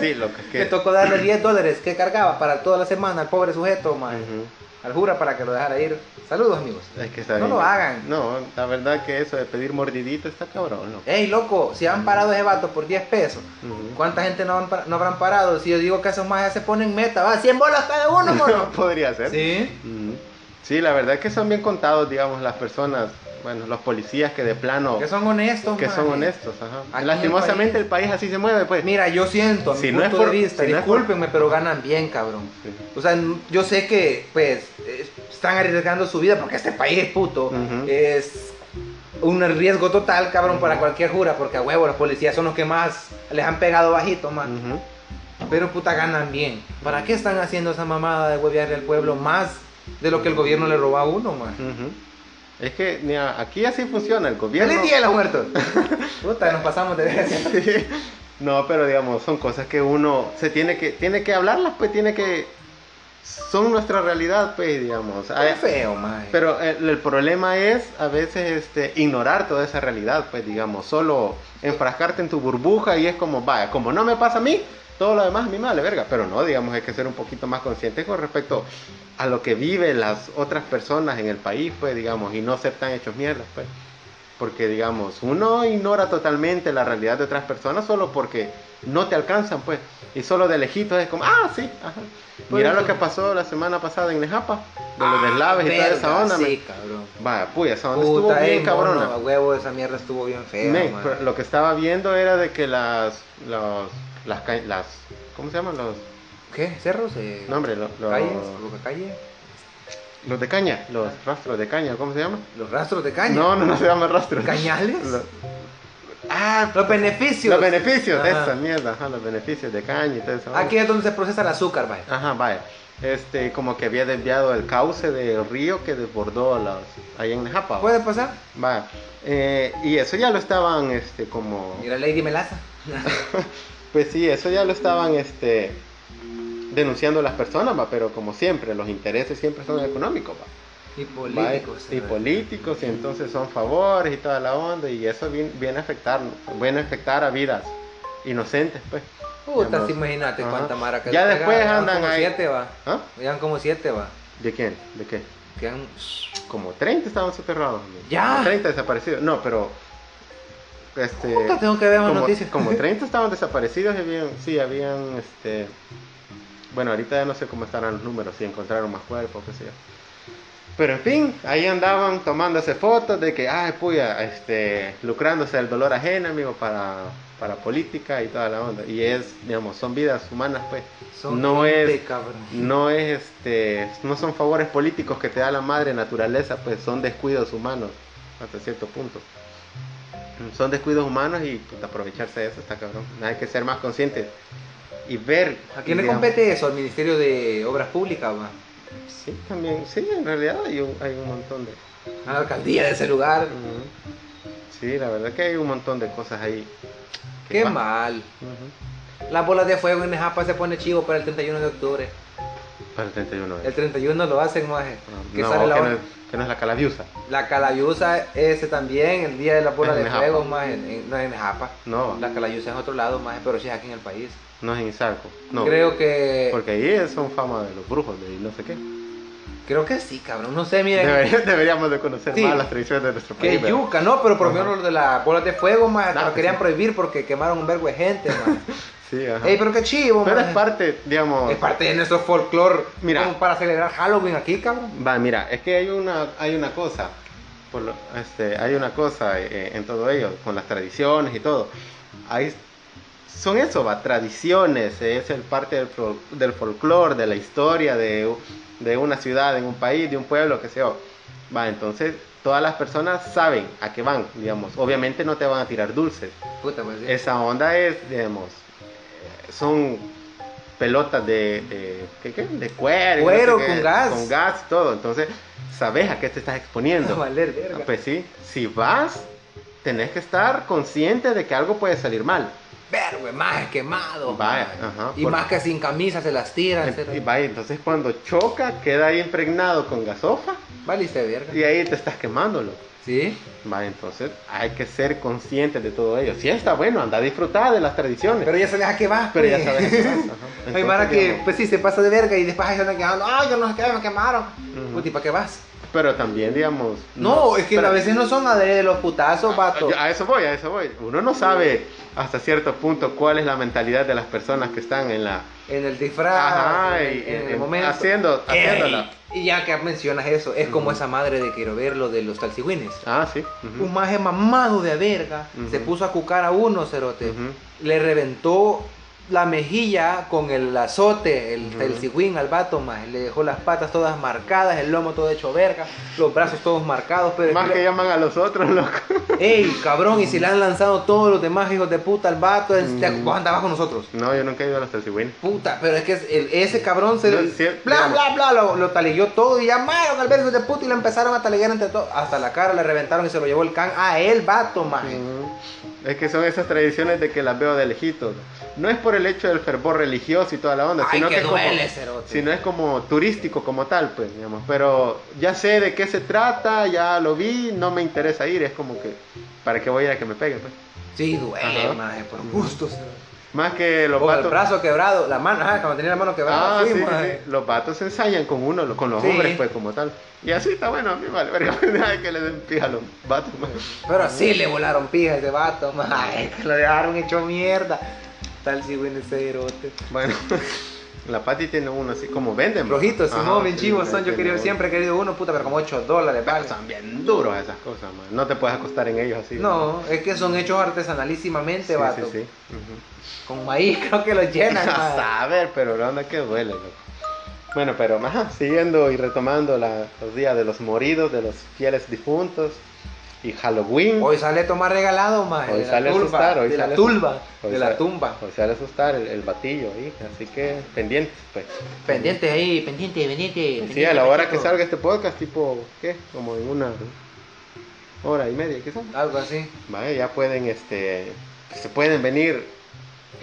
Sí, lo que es que. Le tocó darle 10 dólares que cargaba para toda la semana al pobre sujeto, man. Ujú. al jura para que lo dejara ir. Saludos, amigos. Es que está No bien. lo hagan. No, la verdad que eso de pedir mordidito está cabrón, loco. Ey, loco, si han parado ese vato por 10 pesos, Ujú. ¿cuánta gente no, han par- no habrán parado? Si yo digo que esos más se ponen meta, va, 100 bolas cada uno, mono. Podría ser. sí. Ujú. Sí, la verdad que son bien contados, digamos, las personas, bueno, los policías que de plano, Que son honestos, que son maje. honestos, ajá. Aquí en el Lastimosamente el país así se mueve, pues. Mira, yo siento, a mi Si no punto es por- de vista, si no es por- discúlpenme, pero ganan bien, cabrón. Sí. O sea, n- yo sé que, pues, eh, están arriesgando su vida porque este país es puto. Ujú. Es un riesgo total, cabrón, para cualquier jura, porque a huevo los policías son los que más les han pegado bajito, más. Ujú. Pero puta ganan bien. ¿Para qué están haciendo esa mamada de huevearle al pueblo más de lo que el gobierno le roba a uno, man? Ujú. Es que mira, aquí así funciona el gobierno. ¡Feliz día de los muertos! Puta, nos pasamos de verga. Sí. No, pero digamos, son cosas que uno se tiene que, tiene que hablarlas, pues tiene que. Son nuestra realidad, pues, digamos. Hay- Qué feo, man. Pero eh, el, el problema es a veces este, ignorar toda esa realidad, pues digamos, solo enfrascarte en tu burbuja y es como, vaya, como no me pasa a mí, todo lo demás a mí me vale verga. Pero no, digamos, hay que ser un poquito más conscientes con respecto a lo que viven las otras personas en el país, pues digamos, y no ser tan hechos mierdas, pues. Porque digamos, uno ignora totalmente la realidad de otras personas solo porque no te alcanzan, pues. Y solo de lejitos es como, ah, sí, ajá. Mira lo que pasó la semana pasada en Nejapa, de los deslaves y toda esa Ah, Verga, onda. me- Sí, cabrón. Vaya, puya, esa onda estuvo Puta, bien ey, cabrón. cabrona. A huevo, esa mierda estuvo bien fea, Men, man. pero lo que estaba viendo era de que las, los, las, ca- las, ¿cómo se llaman los? ¿Qué? ¿Cerros? Eh, No, hombre, lo- lo- ¿Calles? ¿Boca calle? los de caña, los rastros de caña, ¿cómo se llama? ¿Los rastros de caña? No, no, no se llama rastros. ¿Cañales? Lo- Ah, los beneficios. Los beneficios de Ajá. Ah, esa mierda, ajá, los beneficios de caña y todo eso. Aquí es donde se procesa el azúcar, man. Ajá, vaya. Este, como que había desviado el cauce del río que desbordó los, ahí en Japa. ¿Puede pasar? Vaya. Eh, y eso ya lo estaban, este, como... Mira, Lady Melaza. Pues sí, eso ya lo estaban este, denunciando las personas, va, pero como siempre, los intereses siempre son económicos. va. Y políticos. eh. Va, y man. políticos, y entonces son favores y toda la onda, y eso vien- viene a afectar, viene a afectar a vidas inocentes, pues. Puta, Digamos, sí, imagínate ajá. cuánta mara que Ya le después pegaron, andan como ahí. siete, va. ¿Ah? Llevan como siete, va. ¿De quién? ¿De qué? Quedan... Como 30 estaban soterrados. amigo. Ya. Como 30 desaparecidos. No, pero. Este. Puta, tengo que ver más como, noticias. como 30 estaban desaparecidos y habían, sí, habían, este, bueno, ahorita ya no sé cómo estarán los números, si encontraron más cuerpos, qué sé yo. Pero en fin, ahí andaban tomándose fotos de que, ay, puya, este, lucrándose del dolor ajeno, amigo, para para política y toda la onda. Y es, digamos, son vidas humanas, pues. Son no gente, es- cabrón. No es este, no son favores políticos que te da la madre naturaleza, pues son descuidos humanos hasta cierto punto. Son descuidos humanos y puta, aprovecharse de eso está cabrón. Hay que ser más conscientes y ver. ¿A quién le digamos, compete eso? ¿Al Ministerio de Obras Públicas? va? Sí, también, sí, en realidad hay un, hay un montón de. ¿A la alcaldía de ese lugar? Ujú. Sí, la verdad que hay un montón de cosas ahí. que Qué va- mal. Ujú. Las bolas de fuego en Japa se pone chivo para el 31 de octubre. Para el 31 de- El 31 lo hacen, maje. Que no, sale la, que, no hora. es, que no es la calabiusa. la calayusa ese también, el día de la bola Es en de Japa. fuego, maje. en- no es en Japa. No, La calayusa es en otro lado, maje, pero sí es aquí en el país. no es en Izarco. No, Creo que... porque ahí son fama de los brujos, de no sé qué. Creo que sí, cabrón. No sé, miren. Debería- deberíamos de conocer eh, Sí. más las tradiciones de nuestro Que país. pero- yuca, no, pero por ejemplo Ajá. los de las bolas de fuego, más Ah, lo que querían sí. prohibir porque quemaron un vergo de gente, man. Sí, ajá. Ey, pero qué chivo, Pero maje. es parte, digamos. Es parte de nuestro folclore. Mira. Como para celebrar Halloween aquí, cabrón. Va, mira, es que hay una, hay una cosa, por lo- este, hay una cosa eh, en todo ello, con las tradiciones y todo. Ahí son eso, va, tradiciones, eh, es el parte del, fol- del folclore, de la historia de, u- de una ciudad, en un país, de un pueblo, que sea. Va, entonces todas las personas saben a qué van, digamos. Obviamente no te van a tirar dulces. Puta, pues. sí. Esa onda es, digamos, eh, son pelotas de, de, ¿qué, qué? de cuero, y Cuero qué, con gas. con gas y todo. Entonces, sabes a qué te estás Va a exponiendo. valer verga. Pues sí, si vas, tenés que estar consciente de que algo puede salir mal. Verga, maje, quemado. Vaya, maje. ajá, Y por- más que sin camisa se las tiran. se las- Em, Y vaya, entonces cuando choca, queda ahí impregnado con gasofa Valiste verga. y ahí te estás quemándolo. Sí. Va, entonces hay que ser consciente de todo ello. Si está bueno, anda a disfrutar de las tradiciones. Pero ya sabes a qué vas. Pero ya pues. sabes. qué vas, ajá. Hay Entonces, mara que, digamos, pues sí, se pasa de verga y después ahí se andan quejando. Ay, yo "Ah, no sé qué, me quemaron. Ujú. Puta, ¿y para qué vas? Pero también, digamos. No, es que pero- Ah, a veces no son adrede de los putazos, vato. A, a eso voy, a eso voy. Uno no sabe hasta cierto punto cuál es la mentalidad de las personas que están en la. En el disfraz, Ajá, en, y- en el en- momento. Haciendo, haciéndola. Y ya que mencionas eso, es como Ujú. esa madre de quiero ver lo de los talcigüines. Ah, sí. ujú, Un maje mamado de verga Ujú. se puso a cucar a uno, cerote. ujú. Le reventó la mejilla con el azote, el Ujú. talcigüín al vato, maje. Le dejó las patas todas marcadas, el lomo todo hecho verga, los brazos todos marcados. Pero Más que llaman a los otros, loco. Ey, cabrón, y si le han lanzado todos los demás hijos de puta al vato, él te- Mm. vos andabas con nosotros. No, yo nunca he ido a los Talcihuines. Puta, pero es que es- el- ese cabrón se No, le- sí, bla, digamos. bla, bla, lo, lo talegueó todo y llamaron al verso de puta y lo empezaron a taleguear entre todos. Hasta la cara le reventaron y se lo llevó el can a él, vato, Mm. maje. Es que son esas tradiciones de que las veo de lejitos. No es por el hecho del fervor religioso y toda la onda, Ay, sino que que como- duele, cerote. Si no es como turístico como tal, pues, digamos. Pero ya sé de qué se trata, ya lo vi, no me interesa ir. Es como que, ¿para qué voy a ir a que me peguen, pues? Sí, duele, Ajá. maje, por gusto. cerote. Más que los Con el vatos... brazo quebrado, la mano, ajá, cuando tenía la mano quebrada, Ah, sí, fui, sí, maje. sí. Los vatos se ensañan con uno, lo- con los Sí. hombres, pues, como tal. Y así está bueno, a mí vale, verga, ay, que le den pija a los vatos, man. Pero así le volaron pija a ese vato, maje, que lo dejaron hecho mierda. Tal si güey, ese erote. Bueno, la Pati tiene uno así, como venden. Rojitos, Ajá, Simón, bien sí, chivos sí, son, yo tiene quería, uno. siempre he querido uno, puta, pero como 8 dólares, Pero vale. están bien duros esas cosas, man. No te puedes acostar en ellos así. No, es que son hechos artesanalísimamente, sí, sí, vato. sí. Ujú. Con maíz creo que lo llenan. A madre. saber, pero la onda que duele, loco. Bueno, pero ajá, siguiendo y retomando la- los días de los moridos, de los fieles difuntos y Halloween. Hoy sale tomar regalado, más. Hoy sale a asustar, hoy de sale la Pues a- tumba, hoy de la sale- tumba. O sea, al asustar el, el batillo ahí, así que pendientes, pues. Pendiente ahí, pendiente, pendiente. Sí, pendiente, a la hora que pendiente. salga este podcast, tipo, ¿qué? Como en una hora y media, quizás. Algo así. Vaya, ya pueden, este, se pueden venir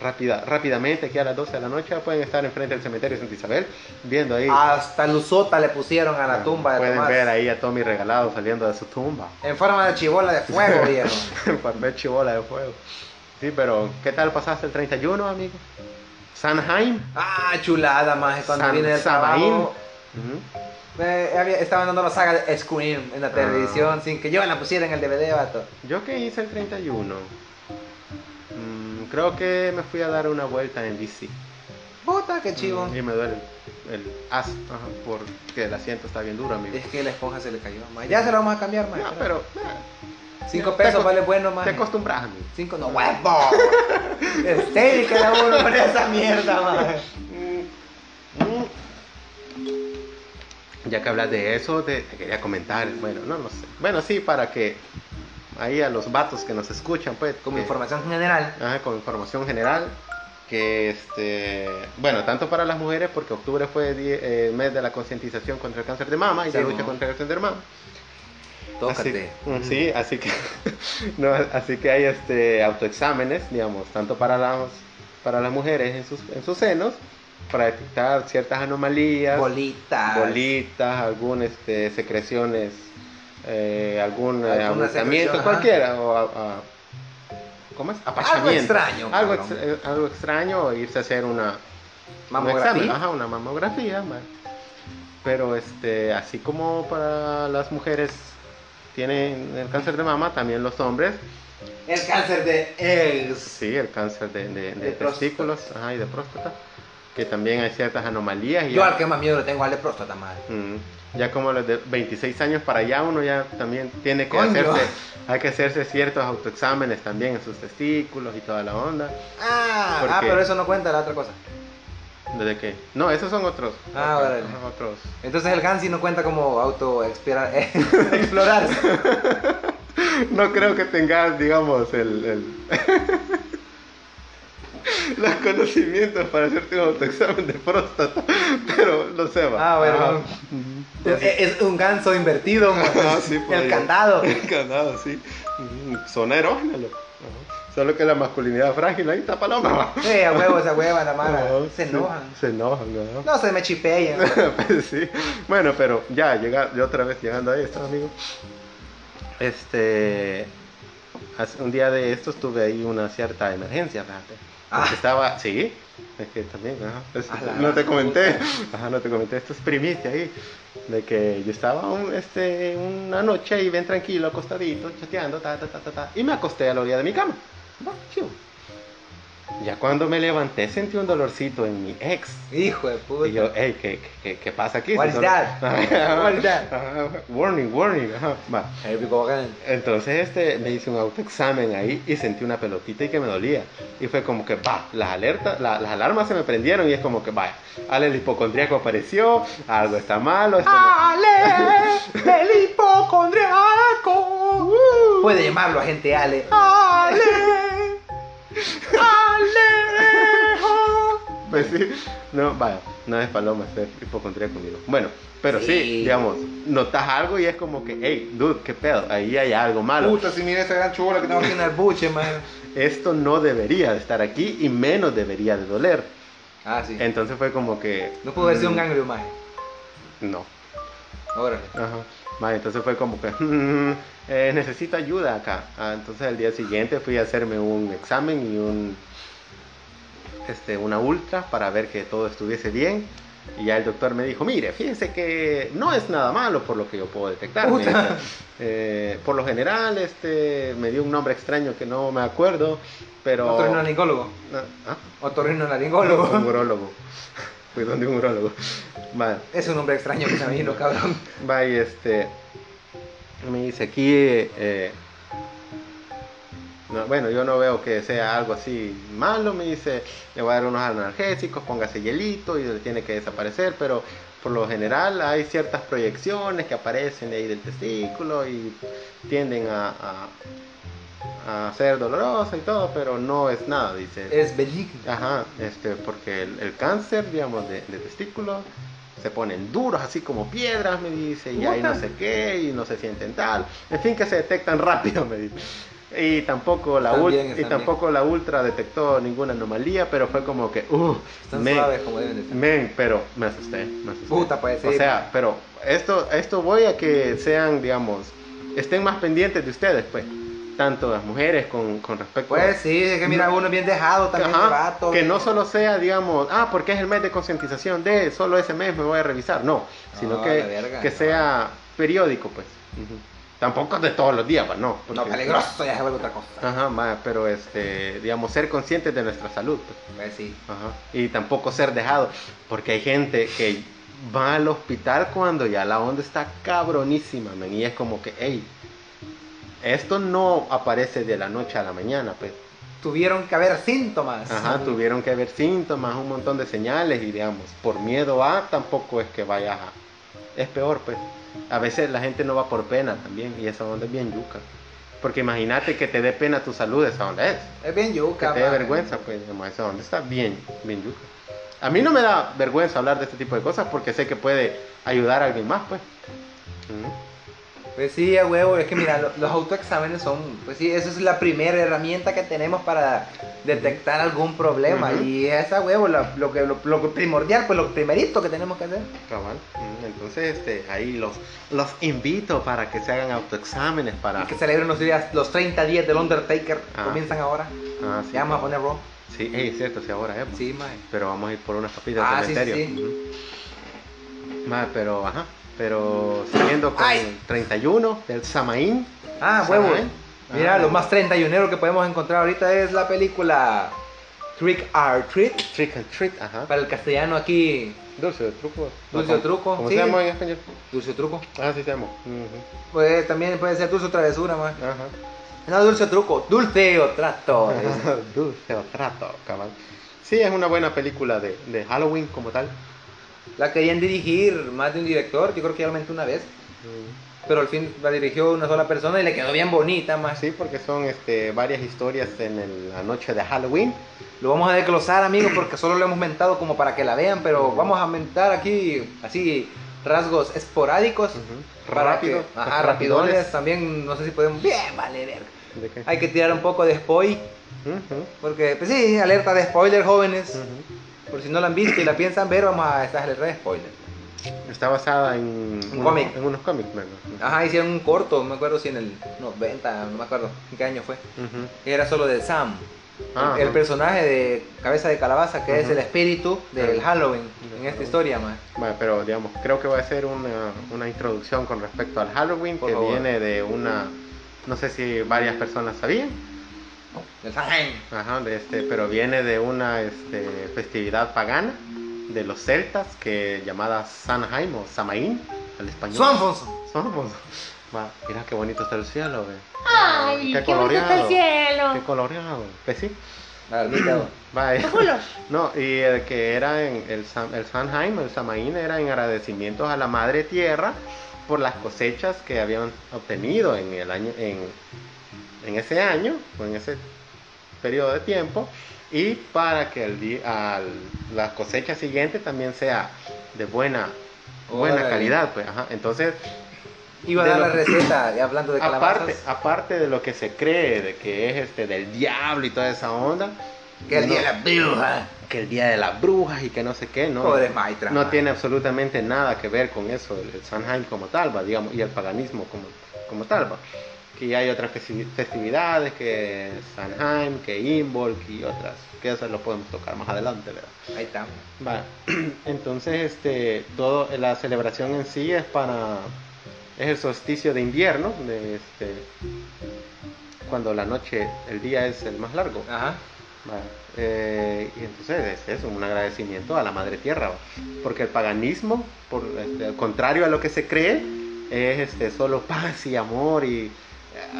rápida, rápidamente aquí a las 12 de la noche, ya pueden estar enfrente del cementerio Santa Isabel, viendo ahí. Hasta Luzota le pusieron a la Ah, tumba de Pueden Tomás. ver ahí a Tommy regalado saliendo de su tumba. En forma de chibola de fuego, viejo. Para ver chibola de fuego. Sí, pero ¿qué tal pasaste el 31, amigo? Sanheim. Ah, chulada, más. Cuando San- viene el Sabaín. trabajo. Ujú. eh, había- estaban dando la saga de Scream en la Ah. televisión sin que yo la pusiera en el DVD, vato. ¿Yo qué hice el 31? Mm, creo que me fui a dar una vuelta en bici. Puta, qué chivo. Y me duele el as, ajá, porque el asiento está bien duro, amigo. Es que la esponja se le cayó, ma. Ya se la vamos a cambiar, ma. No, Espera. pero eh, Cinco Te pesos acos- vale bueno, más. Te acostumbras, amigo. Cinco, no, huevo. El tenis que da uno con esa mierda, maje. Ya que hablas de eso, te, te quería comentar. Bueno, no lo sé. Bueno, sí, para que ahí a los vatos que nos escuchan, pues. Como que- información general. Ajá, con información general. Que este. Bueno, tanto para las mujeres, porque octubre fue di- eh, mes de la concientización contra el cáncer de mama y Sí, la lucha ¿no? contra el cáncer de mama. Tócate. Así, mm, sí, así que, no, así que hay este, autoexámenes, digamos, tanto para las, para las mujeres en sus, en sus senos, para detectar ciertas anomalías, Bolitas. bolitas, algún, este, secreciones, eh, algún eh, Alguna secreción, abultamiento, ajá. cualquiera, o a- a- ¿cómo es? Algo Apachamiento. extraño. Algo, cabrón. ex- eh, algo extraño, o irse a hacer una, Mamografía. un examen, ajá, una mamografía, ma. Pero este, así como para las mujeres tienen el cáncer de mama, también los hombres, El cáncer de ex. sí, el cáncer de, de- de De próstata. testículos ajá, y de próstata, que también hay ciertas anomalías. Y Yo ya, al que más miedo le tengo al de próstata, madre. mm, ya como a los de 26 años para allá, uno ya también tiene que Coño. hacerse, hay que hacerse ciertos autoexámenes también en sus testículos y toda la onda. Ah, ¿Por ah qué? pero eso no cuenta, la otra cosa. ¿Desde que No, esos son otros. Ah, otros, órale. ajá, otros. Entonces el Hansi no cuenta como auto explorar. No creo que tengas, digamos, el, el- los conocimientos para hacerte un autoexamen de próstata, pero lo sé, va. Ah, bueno. Ajá. es, es un ganso invertido, man. Ah, sí, El podría. candado. El candado, sí. Mm, Zona erógena, loco. Ajá. Solo que la masculinidad frágil ahí está paloma, va. Sí, a huevo se huevan, la mara. Ajá, Se enojan. Se enojan, ¿no? No se me chipean. Pues sí. Bueno, pero ya, llega, ya otra vez llegando ahí, está amigo. Este. hace- Un día de estos tuve ahí una cierta emergencia, fíjate. Ah. Porque Estaba, sí, es que también, ajá, es- A la no te gran comenté, ajá, no te comenté, esto es primicia ahí, de que yo estaba un- este, una noche y bien tranquilo, acostadito, chateando, ta, ta, ta, ta, ta, y me acosté a la orilla de mi cama. Va, chivo. Ya cuando me levanté sentí un dolorcito en mi ex. Hijo de puta. Y yo, hey, ¿qué, qué, qué pasa aquí? What Si is solo- that? Ajá, What is that? ajá, Warning, warning. ajá, va. Ahí picó bacán. Entonces este, me hice un autoexamen ahí y sentí una pelotita y que me dolía. Y fue como que, va, las alertas, la- las alarmas se me prendieron y es como que, vaya, Ale el hipocondríaco apareció, algo está malo. esto Ah. no- Ale, el hipocondriaco. Puede llamarlo agente Ale. Ale, Alejo. Pues sí, no, vaya, no es paloma, es hipocondría conmigo. Bueno, pero sí. Sí. digamos, notas algo y es como que, hey, dude, qué pedo, ahí hay algo malo. Puta, si mira esa gran chubola que tengo aquí en el buche, man. Esto no debería de estar aquí y menos debería de doler. Ah, sí. Entonces fue como que. No pudo haber sido un mm, ganglio, man. No. Órale. Ajá. Mae, entonces fue como que. mm, eh, necesito ayuda acá. Ah, entonces al día siguiente fui a hacerme un examen y un. Este, una ultra para ver que todo estuviese bien. Y ya el doctor me dijo: Mire, fíjese que no es nada malo por lo que yo puedo detectar. me Puta. dice. Eh, por lo general, este, me dio un nombre extraño que no me acuerdo. Pero. Otorrinolaringólogo. Ah, Un Otorrinolaringólogo. urólogo. Fui donde un urólogo. Va, Es un nombre extraño que se me vino, cabrón. va y este. Me dice aquí. eh, eh, no, bueno, yo no veo que sea algo así malo. Me dice, le voy a dar unos analgésicos, póngase hielito y le tiene que desaparecer. Pero por lo general hay ciertas proyecciones que aparecen de ahí del testículo y tienden a, a- a ser dolorosa y todo, pero no es nada, dice. Es benigno. Ajá, este, porque el, el cáncer, digamos, de, de testículo se ponen duros, así como piedras, me dice, y ahí no sé qué, y no se sienten tal. En fin, que se detectan rápido, me dice. Y tampoco la, Están ul- bien, y están tampoco la ultra detectó ninguna anomalía, pero fue como que, uh, Están men, suaves como deben de ser. men, pero me asusté, me asusté. Puta, pues, sí. O sea, pero esto, esto voy a que sean, digamos, estén más pendientes de ustedes, pues, tanto las mujeres con, con respecto a Pues sí, es que mira, uno es bien dejado también, Ajá, este vato. que no solo sea, digamos, ah, porque es el mes de concientización de solo ese mes me voy a revisar, no, sino No, la que, verga, que no. sea periódico, pues. Ujú. Tampoco de todos los días, pues, no. No, porque- peligroso, ya se vuelve otra cosa. Ajá, ma, pero este, digamos, ser conscientes de nuestra salud, pues. Pues sí. Ajá. Y tampoco ser dejado, porque hay gente que va al hospital cuando ya la onda está cabronísima, men, y es como que, hey, esto no aparece de la noche a la mañana, pues. Tuvieron que haber síntomas. Ajá, tuvieron que haber síntomas, un montón de señales y digamos, por miedo a tampoco es que vayas a... Es peor, pues. A veces la gente no va por pena también y esa onda es bien yuca. Porque imagínate que te dé pena tu salud, esa onda es. Es bien Que yuca. te dé man. vergüenza, pues, digamos, esa onda está bien, bien yuca. A mí no me da vergüenza hablar de este tipo de cosas porque sé que puede ayudar a alguien más, pues. Mm, Ujú. Pues sí, a huevo, es que mira, lo- los autoexámenes son, pues sí, esa es la primera herramienta que tenemos para detectar algún problema. Ujú. Y esa huevo, la- lo, que, lo, lo primordial, pues lo primerito que tenemos que hacer. Cabal. Mm, Entonces, este, ahí los, los invito para que se hagan autoexámenes para... Y que celebren los días, los 30 días del Undertaker, Ah. comienzan ahora. Ah, sí. Ya vamos a poner rock. Sí, ey, es cierto, sí, ahora es. Sí, mae. Pero vamos a ir por unas papitas Ah, al sí, cementerio. sí, sí. Ujú. Ma, pero, ajá. Pero siguiendo con Ay. el 31 del Samaín. Ah, Ajá, huevo. ¿eh? Mira, Ah. lo más treintañero que podemos encontrar ahorita es la película Trick or Treat. Trick and treat, ajá. Para el castellano aquí, Dulce de truco. Dulce No, de truco, ¿Cómo sí. se llama en español? dulce o truco. Ah, sí se llama. Ujú, Pues también puede ser dulce o travesura, mae. Ajá. No, dulce o truco, dulce o trato. Dulce o trato, cabal. Sí, es una buena película de, de Halloween como tal. La querían dirigir más de un director, yo creo que solamente una vez. Pero al fin la dirigió una sola persona y le quedó bien bonita, más. Así porque son este, varias historias en el- la noche de Halloween. Lo vamos a desglosar, amigos, porque solo lo hemos mentado como para que la vean, pero vamos a mentar aquí así rasgos esporádicos. para Rápido. que- ajá, rapidones. rapidones. También, no sé si podemos. Bien, vale, verga. ¿De qué? Hay que tirar un poco de spoil, Ujú, porque, pues sí, alerta de spoiler, jóvenes. ujú. Por si no la han visto y la piensan ver, vamos a estar alerta de spoiler. Está basada en, Un unos- cómic. en unos cómics, ¿verdad? Ajá, hicieron un corto, no me acuerdo si en el 90, no me acuerdo en qué año fue. Ujú. Era solo de Sam, Ah, el, el ajá. personaje de Cabeza de Calabaza, que es Ujú. el espíritu del Ajá. Halloween Del en esta Halloween. historia, más. Bueno, pero digamos, creo que va a ser una, una introducción con respecto al Halloween Por que favor. viene de una, no sé si varias personas sabían, Del Samhain. ajá, de este, pero viene de una este, festividad pagana de los celtas que llamada Sanheim o Samaín al español. Swanfonson. Somos. Va, mira qué bonito está el cielo, güey. Ay, Qué qué, bonito está coloreado. el cielo. Qué coloreado, güey. Pues sí. Maldito. Va, eh. Tu culo. No, y el que era en el, Sam- el Sanheim, el Samaín, era en agradecimientos a la madre tierra por las cosechas que habían obtenido en el año, en, en ese año, o en ese periodo de tiempo, y para que el di- al, la cosecha siguiente también sea de buena, buena Órale. calidad, pues, ajá. Entonces, Iba a De dar lo- la receta, y hablando de calabazas. aparte, aparte de lo que se cree de que es este del diablo y toda esa onda, que el día de no- la bruja. que el día de las brujas y que no sé qué, ¿no? Pobre Maitra. no ma. tiene absolutamente nada que ver con eso, el, el Samhain como tal, va, digamos, y el paganismo como, como tal, va. Que hay otras festi- festividades, que Sanheim, que Imbolc y otras, que eso lo podemos tocar más adelante, ¿verdad? Ahí está. Va, entonces, este, todo, la celebración en sí es para, es el solsticio de invierno, de este, cuando la noche, el día es el más largo. Ajá. Vale. Eh, y entonces es eso, un agradecimiento a la madre tierra, ¿va? porque el paganismo, por, este, al contrario a lo que se cree, es este, solo paz y amor y eh,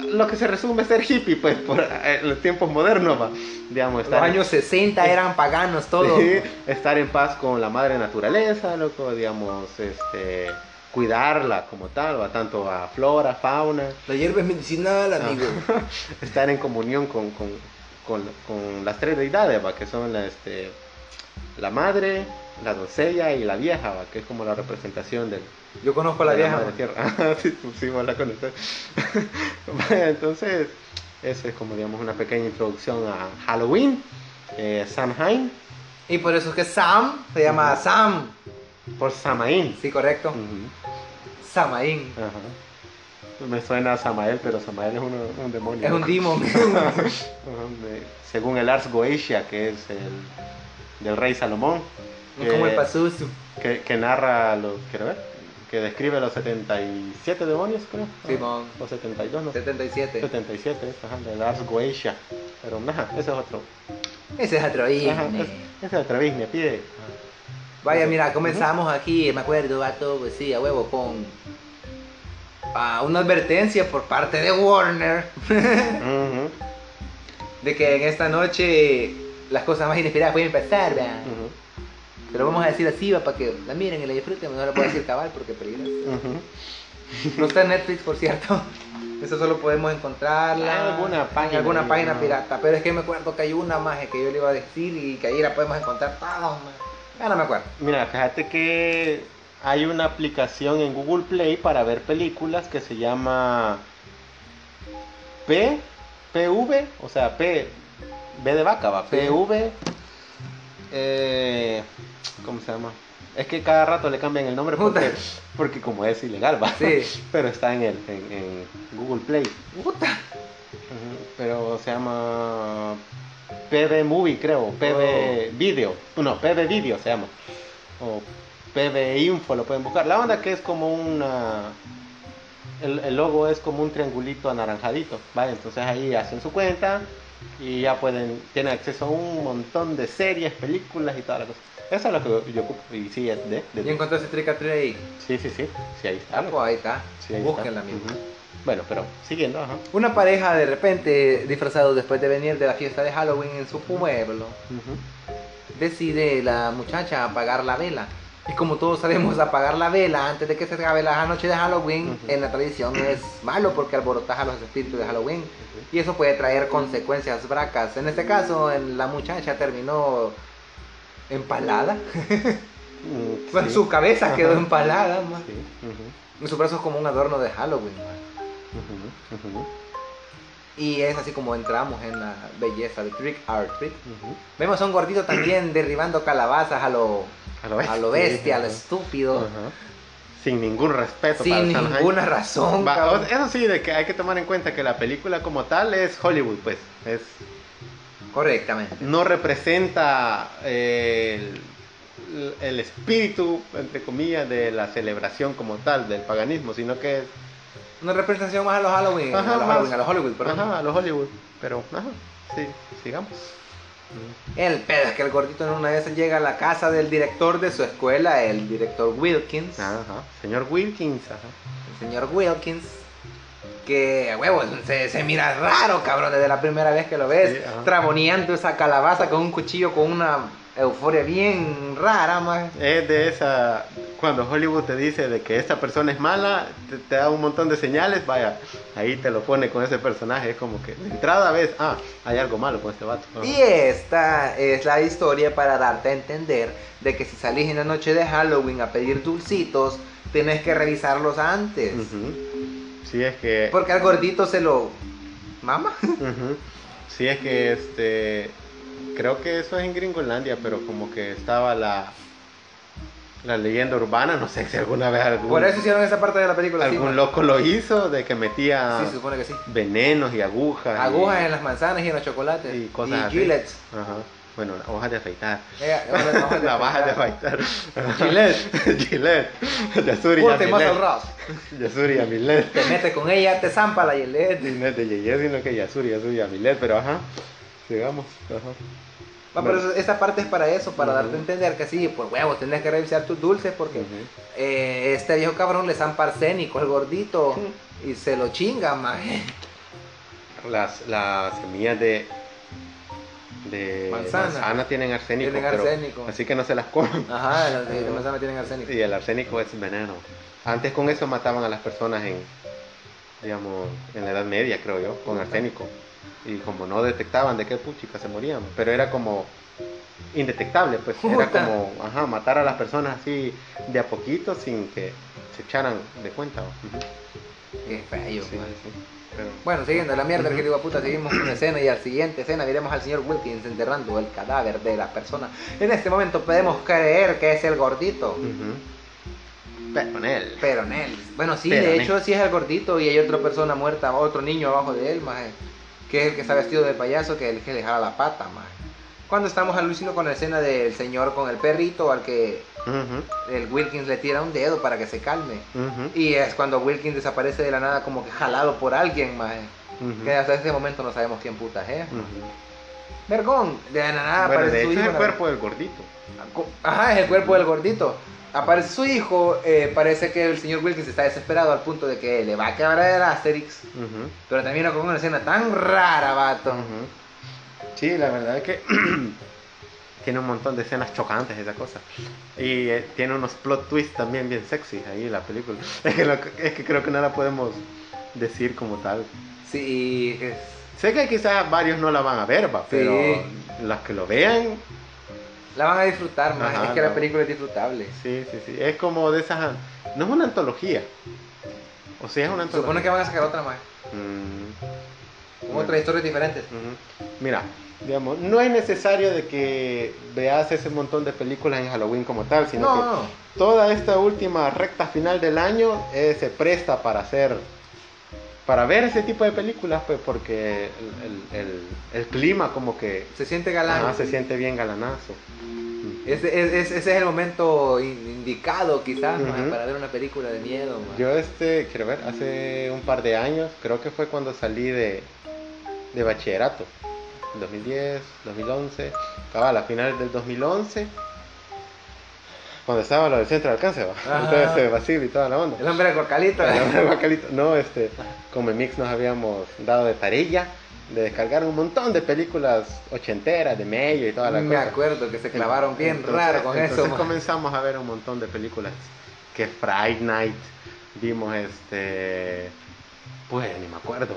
lo que se resume es ser hippie, pues, por eh, los tiempos modernos, ¿va? digamos, Los años 60 eran paganos todos. Sí, estar en paz con la madre naturaleza, loco, digamos, este, cuidarla como tal, ¿va? tanto a flora, fauna, La hierba es medicinal, Ah. amigo. estar en comunión con, con, con- con las tres deidades, ¿va? que son la, este, la madre, la doncella y la vieja, ¿va? que es como la representación del, Yo conozco a la de vieja. madre ma. tierra. Ah, sí, tú sí, vos la conoces. Vaya, Entonces, eso es como digamos una pequeña introducción a Halloween, eh, Samhain, Y por eso es que Sam se llama Ujú. Mm. Sam. por Samaín. Sí, correcto. Ujú, Samaín. ajá. Me suena a Samael, pero Samael es uno- un demonio. Es un demon. Donde, según el Ars Goetia, que es el del rey Salomón, que, Como el Pazuzu. que, que narra los, quiero ver, que describe los 77 demonios, creo. Ah, Simón. o 72, no sé. 77. 77, es, ajá, del Ars Goetia. Pero nada, ese es otro. Ese es Ajá, atroíne. es- ese es otro Disney, pide. Vaya, mira, comenzamos aquí, me acuerdo, vato, pues sí, a huevo, con a una advertencia por parte de Warner Ujú, de que en esta noche las cosas más inesperadas pueden pasar, ¿verdad? ujú, Pero vamos a decir así, va, para que la miren y la disfruten. No la puedo decir cabal porque es peligroso. ujú. No está en Netflix, por cierto. Eso solo podemos encontrarla En Ah, alguna página. en alguna página Ajá. pirata. Pero es que me acuerdo que hay una más que yo le iba a decir y que ahí la podemos encontrar todas. maje. Ya no me acuerdo. Mira, fíjate que hay una aplicación en Google Play para ver películas que se llama P, PV, o sea, P, B de vaca, va, Sí. PV, eh, ¿cómo se llama? Es que cada rato le cambian el nombre porque, Puta. porque como es ilegal, va. Sí. Pero está en el en, en Google Play. Puta. Ujú, Pero se llama PB Movie, creo. PB Oh. Video. No, PB Video se llama. O PB Info, lo pueden buscar. La onda que es como una. El, el logo es como un triangulito anaranjadito. Vale, entonces ahí hacen su cuenta y ya pueden. Tienen acceso a un montón de series, películas y toda la cosa. Eso es lo que yo ocupo. Y sí, es de. de- Yo encontré ese trick or treat ahí. Sí, sí, sí. Sí, ahí está. Ah, pues ahí está. Sí, ahí está. Búsquenla misma. Ujú. Bueno, pero siguiendo, ajá. Una pareja de repente, disfrazados después de venir de la fiesta de Halloween en su pueblo, Ujú. decide la muchacha apagar la vela. Y como todos sabemos, apagar la vela antes de que se acabe la noche de Halloween Ujú. en la tradición es malo porque alborotaja los espíritus de Halloween. Y eso puede traer consecuencias bracas. En este caso, en la muchacha terminó empalada. Mm, Bueno, sí. Su cabeza quedó Ajá. empalada. ma. Sí, ujú, Y su brazo es como un adorno de Halloween. ma. ujú, ujú, Y es así como entramos en la belleza de Trick or Treat. ujú. Vemos a un gordito también derribando calabazas a lo, A lo a lo bestia, a lo estúpido. Ajá. Sin ningún respeto. para Sin Sondheim. ninguna razón, Va, cabrón. o- eso sí, de que hay que tomar en cuenta que la película como tal es Hollywood, pues. Es, Correctamente. no representa eh, el, el espíritu, entre comillas, de la celebración como tal, del paganismo, sino que es Una representación más a los Halloween. Ajá, a los más. Halloween, a los Hollywood, perdón. ajá, a lo Hollywood. Pero, ajá, sí, sigamos. El pedo es que el gordito en una de esas llega a la casa del director de su escuela, el director Wilkins. Ajá, señor Wilkins, ajá. El señor Wilkins. Que, a huevo, se, se mira raro, cabrón, desde la primera vez que lo ves. Sí, ajá. traboneando esa calabaza con un cuchillo, con una euforia bien rara, más. Es de esa. Cuando Hollywood te dice de que esta persona es mala, te, te da un montón de señales, vaya, ahí te lo pone con ese personaje. Es como que de entrada ves, ah, hay algo malo con este vato. Ajá. Y esta es la historia para darte a entender de que si salís en la noche de Halloween a pedir dulcitos, tenés que revisarlos antes. Ujú. Sí, es que. Porque al gordito se lo... ¿Mama? Ujú. Sí, es que este. Creo que eso es en Gringolandia, pero como que estaba la. La leyenda urbana, no sé si alguna vez algún, Por eso hicieron esa parte de la película. sí, algún ma. loco lo hizo, de que metía Sí, se supone que sí. venenos y agujas. y- Agujas en las manzanas y en los chocolates. y cosas así. Gillette. Ajá. Bueno, hojas de afeitar. Eh, ahora vamos a La baja de despertar. afeitar. Gillette. Gillette. Yasuri y Ponte más al Amilet. ras. Yasuri y Amilet. Te metes con ella, te zampa la Gillette. Y No es de Yeye, sino que Yasuri, Yasuri y Amilet. Pero ajá. Sigamos. Ajá. Va, pero Bueno. eso- esta parte es para eso, para Ujú. darte a entender que sí, pues huevos, tenés que revisar tus dulces porque Ujú. eh, este viejo cabrón le zampa arsénico al gordito y se lo chinga, maje. Las, las semillas de. De Manzana. tienen arsénico. Tienen pero- arsénico. así que no se las coman. Ajá, las de de manzana tienen arsénico. Y el arsénico es veneno. Antes con eso mataban a las personas en, digamos, en la Edad Media, creo yo, con arsénico. Y como no detectaban de qué puchica se morían, pero era como indetectable, pues era Puta. como, ajá, matar a las personas así de a poquito sin que se echaran de cuenta. ¿va? Ujú. Qué feo, Sí, maje. sí. Pero- Bueno, siguiendo la mierda, Ujú. que digo, puta, seguimos con una escena y al siguiente escena veremos al señor Wilkins enterrando el cadáver de la persona. En este momento podemos creer que es el gordito. Ujú. Pero con él. Pero en él. Bueno, sí, Pero en de él. hecho sí es el gordito y hay otra persona muerta, otro niño abajo de él, maje, que es el que está vestido de payaso, que es el que le jala la pata, maje. Cuando estamos alucinando con la escena del señor con el perrito al que Ujú, el Wilkins le tira un dedo para que se calme. ujú, Y es cuando Wilkins desaparece de la nada como que jalado por alguien, maje. ujú, Que hasta ese momento no sabemos quién puta es. ¿eh? ujú. Vergón, de la nada Bueno, aparece de su hecho es Ah, hijo el en la- cuerpo del gordito. Ajá, es el cuerpo del gordito. Aparece su hijo, eh, parece que el señor Wilkins está desesperado al punto de que le va a quebrar el Asterix, Ujú, pero termina con una escena tan rara, vato. ujú. Sí, la verdad es que tiene un montón de escenas chocantes esa cosa. Y eh, tiene unos plot twists también bien sexy ahí la película. Es que, lo que- es que creo que no la podemos decir como tal. Sí, es... Sé que quizás varios no la van a ver, va, pero las que lo vean, la van a disfrutar, más. Ajá, es que no. la película es disfrutable. sí, sí, sí. Es como de esas... No es una antología. O sea, es una antología. Supone que van a sacar otra más, Mm, con Bueno. otras historias diferentes. ujú. Mira, digamos, no es necesario de que veas ese montón de películas en Halloween como tal, sino No, que no, toda esta última recta final del año eh, se presta para hacer para ver ese tipo de películas pues porque el, el- el- el clima como que se siente galán. ajá, se siente bien galanazo Ese, es- es- ese es el momento in- indicado, quizás, maje, Ujú. para ver una película de miedo. maje. yo este quiero ver hace un par de años creo que fue cuando salí de de bachillerato 2010 2011 estaba a las finales del 2011 cuando estaba lo del centro de alcance va Ajá. entonces eh, Basil y toda la onda El hombre de Para Cocalita. hablar de Bacalito. No, este, con Memix nos habíamos dado de tarea de descargar un montón de películas ochenteras, de medio y toda la Me cosa. acuerdo que se clavaron bien Entonces- raro con entonces eso. maje. comenzamos a ver un montón de películas. Que Friday Night, vimos este. Pues ni me acuerdo.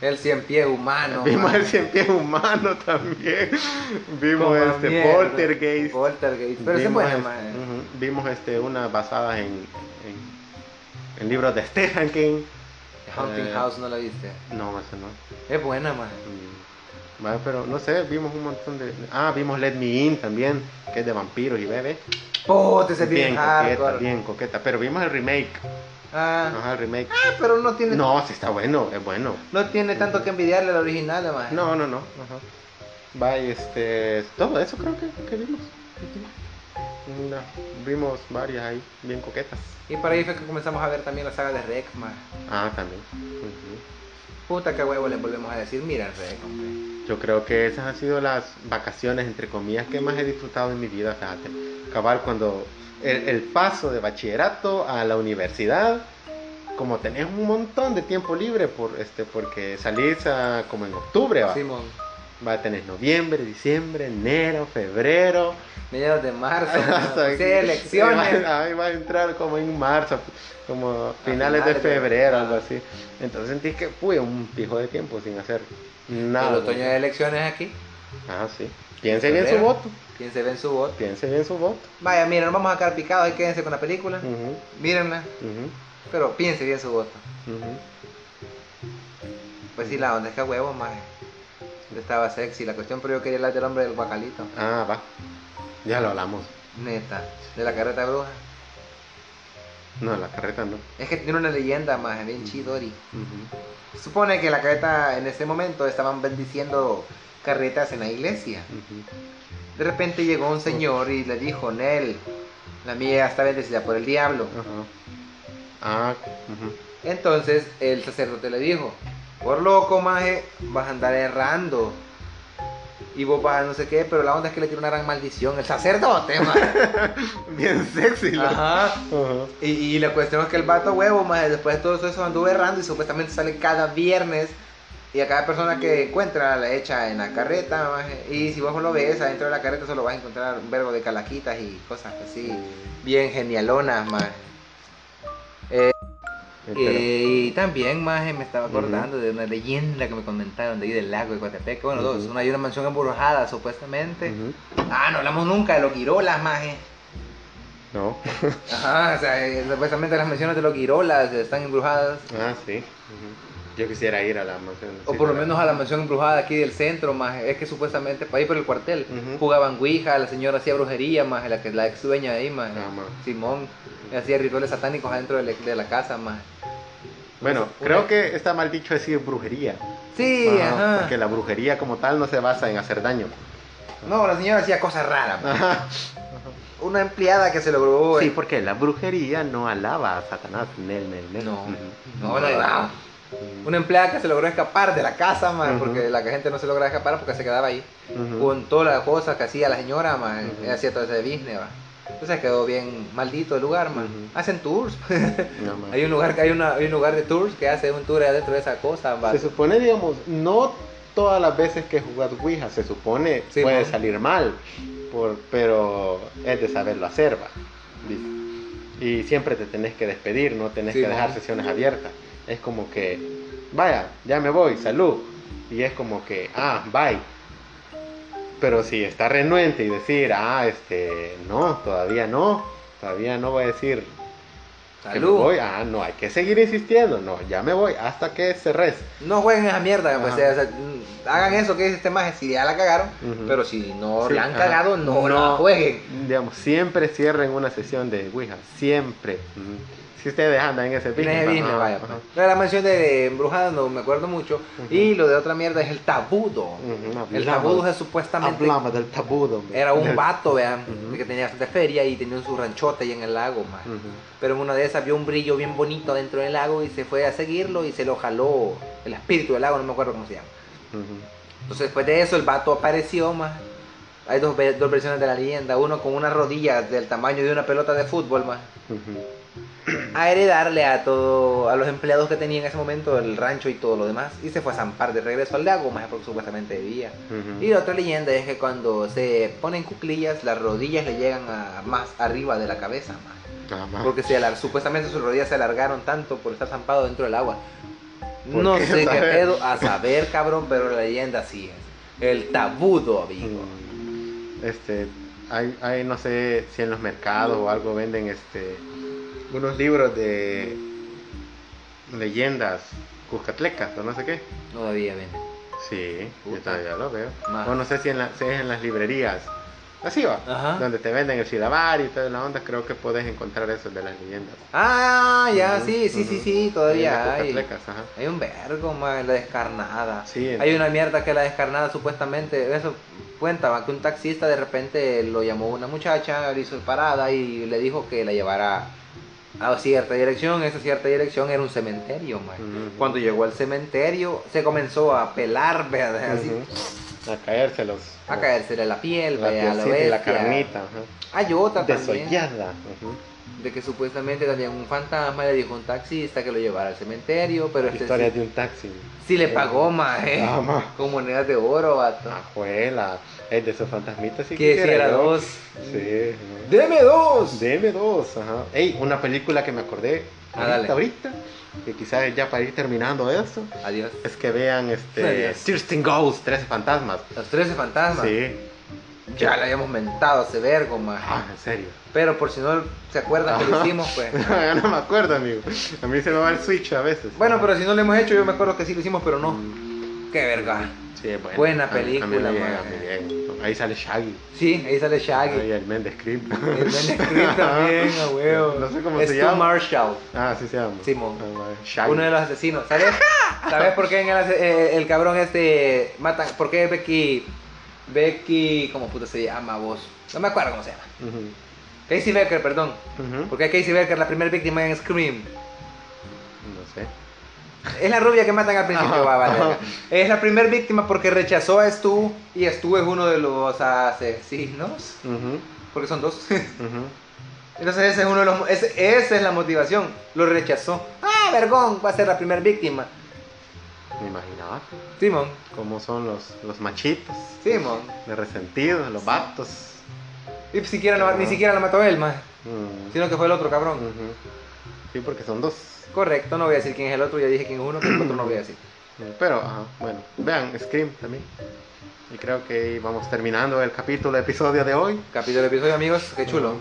El cien pie humano. vimos maje. el cien pies humano también. Vimos Como este mierda. Poltergeist. Poltergeist. Pero se vimos, puede, este, maje. ujú, vimos este, unas basadas en, en- en libros de Stephen King. Haunting Eh, House no la viste. No, eso no. Es buena, más. Mm. Bueno, pero no sé, vimos un montón de. Ah, vimos Let Me In también, que es de vampiros y bebés. Puta, ese es bien, Bien coqueta, hardcore. bien coqueta. Pero vimos el remake. Ah, Ajá, el remake. ah, pero no tiene, no. No, sí está bueno, es bueno. tiene tanto que envidiarle al original, más. No, no, no. Ajá. Va, y este. Todo eso creo que, que vimos. No, vimos varias ahí, bien coquetas. Y para ahí fue que comenzamos a ver también la saga de Rex, más. Ah, también. Ujú. Puta, qué huevo le volvemos a decir. Mira, Rex, hombre. Yo creo que esas han sido las vacaciones, entre comillas, que más he disfrutado en mi vida, fíjate. Cabal, cuando el, el paso de bachillerato a la universidad, como tenés un montón de tiempo libre, por, este, porque salís a- como en octubre, va. Simón. Va a tener noviembre, diciembre, enero, febrero. Mediados de marzo. Hasta maje. Sí, que- Ahí elecciones. va, ahí va a entrar como en marzo, como finales, finales de de- febrero, ah. algo así. Entonces sentí que fui un pijo de tiempo sin hacer nada. pues. El otoño de elecciones aquí. Ah, sí. Piense bien su Febrero. voto. Quien se ve en su voto. Piense bien su voto. Vaya, miren, vamos a quedar picados. Ahí quédense con la película. Ujú, Mírenla. ujú, Pero piense bien su voto. ujú. Pues sí, la onda es que a huevo, maje. Estaba sexy la cuestión, pero yo quería hablar del hombre del guacalito. Ah, va. Ya lo hablamos. Neta, de la carreta bruja. No, la carreta no. Es que tiene una leyenda, maje, Mm. bien chidori. Ujú, Supone que la carreta en ese momento estaban bendiciendo carretas en la iglesia. ujú. De repente llegó un señor y le dijo, Nel, la mía está bendecida por el diablo. Ajá. Ah, ujú. Entonces el sacerdote le dijo, por loco, maje, vas a andar errando. Y vos vas a no sé qué, pero la onda es que le tiró una gran maldición. El sacerdote, maje. Bien sexy. la- Ajá. Ajá. Y, y la cuestión es que el vato huevo, más después de todo eso anduvo errando y supuestamente sale cada viernes. Y a cada persona que encuentra la echa en la carreta, maje. Y si vos lo ves, adentro de la carreta solo vas a encontrar un vergo de calaquitas y cosas así. Bien genialonas, más. Espera. Eh, y también, maje, me estaba acordando de una leyenda que me comentaron de ahí del lago de Coatepeque. Bueno, dos. Ujú. Una, hay una mansión embrujada, supuestamente. Ujú. Ah, no hablamos nunca de los Quirolas, maje. No. Ajá, o sea, eh, supuestamente las menciones de los Quirolas están embrujadas. Ah, sí. Ujú. Yo quisiera ir a la mansión. O sí, por lo la- menos a la mansión embrujada aquí del centro, más es que supuestamente para ahí por el cuartel Ujú. jugaban Ouija, la señora hacía brujería, más la que la ex dueña de ahí, más Ah, ma. Simón hacía rituales satánicos adentro de la, de la casa, más. Bueno, creo que está mal dicho decir brujería. Sí, Ajá, ajá. Porque la brujería como tal no se basa en hacer daño. No, la señora hacía cosas raras. ma. Ajá. Una empleada que se logró. eh, Sí, porque la brujería no alaba a Satanás. Nel, nel, nel. No, Ujú. no, no, no. Una empleada que se logró escapar de la casa, más Ujú. porque la gente no se lograba escapar porque se quedaba ahí. Ujú. Con todas las cosas que hacía la señora, más Ujú. hacía todo ese business, va. O sea, quedó bien maldito el lugar, man. Ujú. Hacen tours. pues. No, man. hay un lugar, hay, una, hay un lugar de tours que hace un tour adentro de esa cosa, va. Se supone, digamos, no todas las veces que jugás Ouija, se supone Sí, puede ¿no? salir mal, por- pero es de saberlo hacer, va. Dice. Y siempre te tenés que despedir, no tenés Sí, que dejar ¿no? sesiones abiertas. Es como que, vaya, ya me voy, salud. Y es como que, ah, bye. Pero si está renuente y decir, ah, este, no, todavía no, todavía no voy a decir que me Salud. voy, ah, no, hay que seguir insistiendo, no, ya me voy, hasta que cerres. No jueguen esa mierda, pues, Ajá. o sea, mm, hagan eso que dice este maje, si ya la cagaron, Ujú. pero si no Sí, la han ajá. cagado, no, la No. jueguen. digamos, siempre cierren una sesión de Ouija, siempre. Ujú. Si ustedes andan en ese No es va, Disney, ajá, vaya, ajá. pues. Lo de la mansión de Embrujada no me acuerdo mucho, y lo de otra mierda es el tabudo. Ujú, hablamos- El tabudo es supuestamente... Hablamos del tabudo. hombre. Era un Del- vato, vean, Ujú. que tenía bastante feria y tenía su ranchote ahí en el lago, más. Ujú. Pero en una de esas vio un brillo bien bonito dentro del lago y se fue a seguirlo y se lo jaló el espíritu del lago, no me acuerdo cómo se llama. Ujú. Entonces después de eso el vato apareció más. Hay dos, ve- dos versiones de la leyenda, uno con unas rodillas del tamaño de una pelota de fútbol más. Ujú. A heredarle a todo, a los empleados que tenía en ese momento el rancho y todo lo demás. Y se fue a zampar de regreso al lago más porque supuestamente vivía. Ujú. Y la otra leyenda es que cuando se ponen cuclillas, las rodillas le llegan a más arriba de la cabeza, ma. Ah, ma. porque se alar- supuestamente sus rodillas se alargaron tanto por estar zampado dentro del agua. ¿Por No qué? sé qué ¿Sabe? pedo, a saber, cabrón, pero la leyenda sí es. El tabudo, amigo. Mm, Este, hay, hay, no sé si en los mercados o algo venden este unos libros de leyendas cuscatlecas o no sé qué. Todavía ven. Sí, yo Puta. todavía lo veo. Ma. O no sé si, en la- si es en las librerías. Así va. Ajá. Donde te venden el silabar y toda la onda, creo que puedes encontrar eso de las leyendas. Ah, ya, Ujú, sí, sí, sí, ujú. sí, Sí, todavía las hay. cuscatlecas, ajá. Hay un vergo, más la descarnada. Sí, Hay una mierda que la descarnada supuestamente, eso cuenta, va, que un taxista de repente lo llamó una muchacha, le hizo parada y le dijo que la llevara a cierta dirección, esa cierta dirección era un cementerio, man. Ujú. Cuando llegó al cementerio se comenzó a pelar, ¿verdad? Así, Ujú. A caérselos. a caérsele la piel, La, vaya, a pielcita y la bestia. carnita. ajá. Hay otra también, Desollada. ujú. de que supuestamente también un fantasma le dijo a un taxista que lo llevara al cementerio, pero este Historias sí, de un taxi. sí le pagó, más, ¿eh? Ah, ma. Con monedas de oro, vato. Ajuela. Es de esos fantasmitas. Sí que si quisiera era yo. dos. Sí. ujú. ¡Deme dos! DM2, ajá. Ey, una película que me acordé Ah, ahorita, dale. ahorita, que quizás ya para ir terminando esto, Adiós. es que vean este Adiós. 13 Ghosts, 13 fantasmas. Los 13 fantasmas. Sí. Ya le habíamos mentado ese vergo, man. Ah, en serio. Pero por si no se acuerdan que lo Ajá. hicimos, pues. Yo no me acuerdo, amigo. A mí se me va el switch a veces. Ah. Bueno, pero si no lo hemos hecho, yo me acuerdo que sí lo hicimos, pero Mm. no. ¡Qué verga! Sí, es bueno. Ah, Buena A mí- a mí película, me llega, man. me llega. Ahí sale Shaggy. Sí, ahí sale Ahí Shaggy. el Mendes Crip. El Ben Script también, a huevo. No sé cómo es se Stu llama. Marshall, Ah, sí se llama. Simón. Ah, vale. Shaggy. uno de los asesinos. ¿Sabes? ¿Sabes por qué en el, ase- eh, el cabrón este mata? ¿Por qué Becky. Becky. ¿Cómo puta se llama vos? No me acuerdo cómo se llama. Ujú. Casey Becker, perdón. Ujú. Porque Casey Becker, la primera víctima en Scream, No sé. es la rubia que matan al principio. Ajá, va, vale, ajá. acá. Es la primera víctima porque rechazó a Stu y Stu es uno de los asesinos, Ujú. porque son dos. Ujú. Entonces ese es uno de los, ese- esa es la motivación. Lo rechazó. Ah, vergón, va a ser la primera víctima. Me imaginaba Simón, cómo son los, los machitos Simón. de resentidos, los vatos. Y pues, siquiera no- ni siquiera la mató él, más, Mm. sino que fue el otro cabrón. Ujú. Sí, porque son dos. Correcto, no voy a decir quién es el otro, ya dije quién es uno, pero el otro no voy a decir. Pero, ajá, bueno, vean Scream también. Y creo que ahí vamos terminando el capítulo, episodio de hoy. Capítulo episodio, amigos, qué chulo.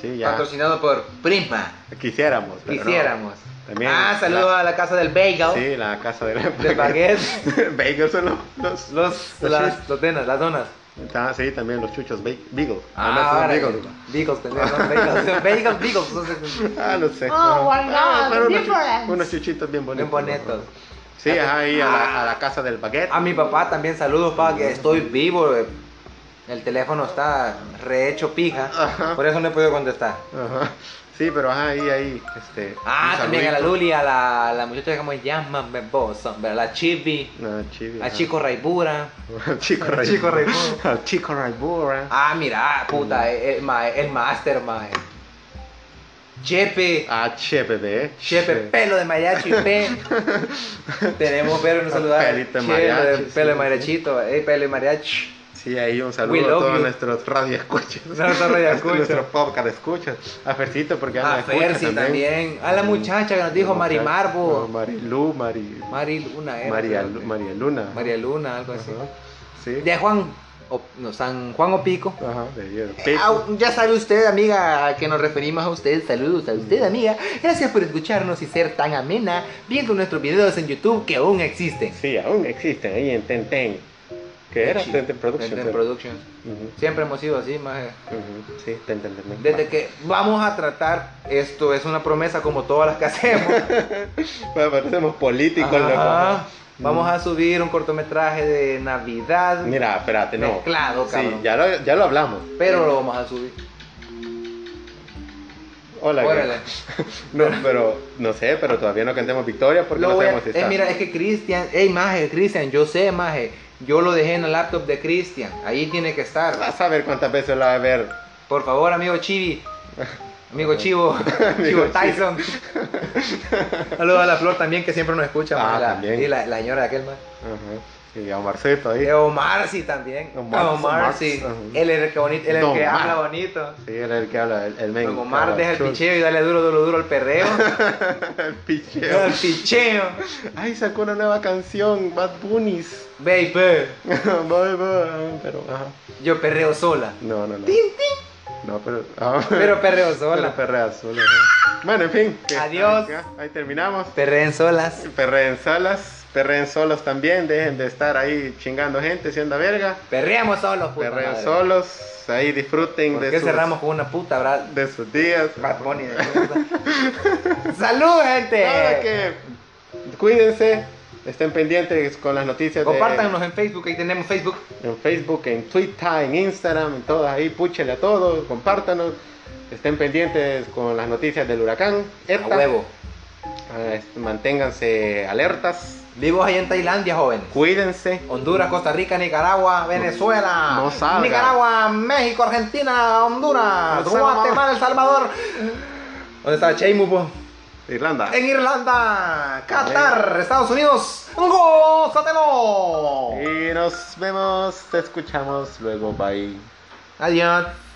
Sí, ya Patrocinado por Prisma. quisiéramos. pero no. Quisiéramos. También ah, la- saludo a la casa del bagel, Sí, la casa de la del baguette, Bagels son los. los- los, Los las chips. dotenas, las donas. Ah, sí, también los chuchos. ba- Beagles. ahora, Ah, no, son bagels, bagels, pendejo, bagels, bagels, bagels, no sé, beagles. Ah, no sé. Oh, Ajá. my Ah, God, pero unos, difference. chu- unos chuchitos bien bonitos. bien bonitos. Ah. Sí, ajá, ahí a la, a la casa del baguette. A mi papá también saludos, pa, que estoy vivo. eh. El teléfono está rehecho pija, Ajá. por eso no he podido contestar. Ajá. Sí, pero ajá, ahí, ahí, este. Ah, un también a la saludito. Luli, a la, a la muchacha que me llama, me- vos, hombre, a la Chibi, No, chibi, a ajá. Chico Raibura. Al Chico Raibura. Chico Raibura. Al Chico ¿eh? Raibura. Ah, mira, puta, el, el, ma- el master, mae. Chepe, Ah, chepe, ve. Chepe, pelo de mariachi, pe. Tenemos pelo en un Ah, saludar. pelito de Chepe, mariachi, Pelo de sí. mariachito, eh, pelo de mariachi. Sí, ahí un saludo We a love todos you. nuestros radio escuchas. Nuestros radioescuchas. nuestros podcast escuchas. A Fercito, porque A Fersi también. A la muchacha que nos dijo Marimarbo. No, Marilu, Mari, Mari Luna era. María, creo que. María Luna. María Luna, algo así. Ajá, Sí. De Juan, o- no, San Juan Opico. Ajá, de Dios. Ah, ya sabe usted, amiga, a que nos referimos a usted. Saludos a usted, amiga. Gracias por escucharnos y ser tan amena viendo nuestros videos en YouTube que aún existen. Sí, aún existen ahí en Tenten. ¿Qué era? Sí. Tenten Productions. Tenten Productions. Ujú, Siempre hemos sido así, más. ujú, Sí, Tenten. Tenten. Desde que vamos a tratar, esto es una promesa como todas las que hacemos. Bueno, parecemos políticos, Ajá. loco. Vamos a subir un cortometraje de Navidad. Mira, espérate, no. Mezclado, Sí, cabrón. ya lo, ya lo hablamos. Pero lo vamos a subir. Hola, güey. Órale. No, pero no sé, pero todavía no cantemos victoria porque Lo no voy a- sabemos si eh, está. mira, es que Cristian, ey, maje, Cristian, yo sé, maje. Yo lo dejé en la laptop de Cristian. Ahí tiene que estar. Vas a ver cuántas veces la va a ver. Por favor, amigo Chibi. Amigo Chivo, Chivo Tyson. Saludos a la Flor también, que siempre nos escucha. Ah, maje, la- también. Y la, la señora de aquel, maje. Ajá. Y a Omarcito ahí. Eh, Omar sí también. Omar, Omar, Omar, sí. ajá. Él es el que, bonito, él es el Don que Omar. habla bonito. Sí, era el que habla, el, el men. Don Omar Habla deja el chul. picheo y dale duro, duro, duro al perreo. el picheo. el picheo. Ay, sacó una nueva canción, Bad Bunnies. Baby, Bye, bye. Pero, ajá. yo perreo sola. No, no, no. No, pero. ah, Pero perreo Hola, sola. perrea azul. ajá. Bueno, en fin. que- Adiós. Ahí, ahí terminamos. Perreen solas. Perreen solas, perreen solos también. Dejen de estar ahí chingando gente, siendo verga. Perreamos solos, puta Perrean madre. solos, ahí disfruten ¿Por de qué sus, cerramos con una puta, verdad? de sus días. Bad Bunny de mierda. ¡Salud, gente! Nada que cuídense, estén pendientes con las noticias de- Compártanos en Facebook, ahí tenemos Facebook. en Facebook, en Twitter, en Instagram, en todas ahí, púchele a todos, compártanos, estén pendientes con las noticias del huracán. A ETA. huevo. Ah, este, manténganse alertas, Vivo ahí en Tailandia, joven. cuídense. Honduras, Costa Rica, Nicaragua, Venezuela, no salga. Nicaragua, México, Argentina, Honduras, No salga, Guatemala, El Salvador. ¿Dónde está Cheimu, po? Irlanda. En Irlanda, Qatar, Estados Unidos. ¡Gózatelo! Y nos vemos, te escuchamos luego, bye. Adiós.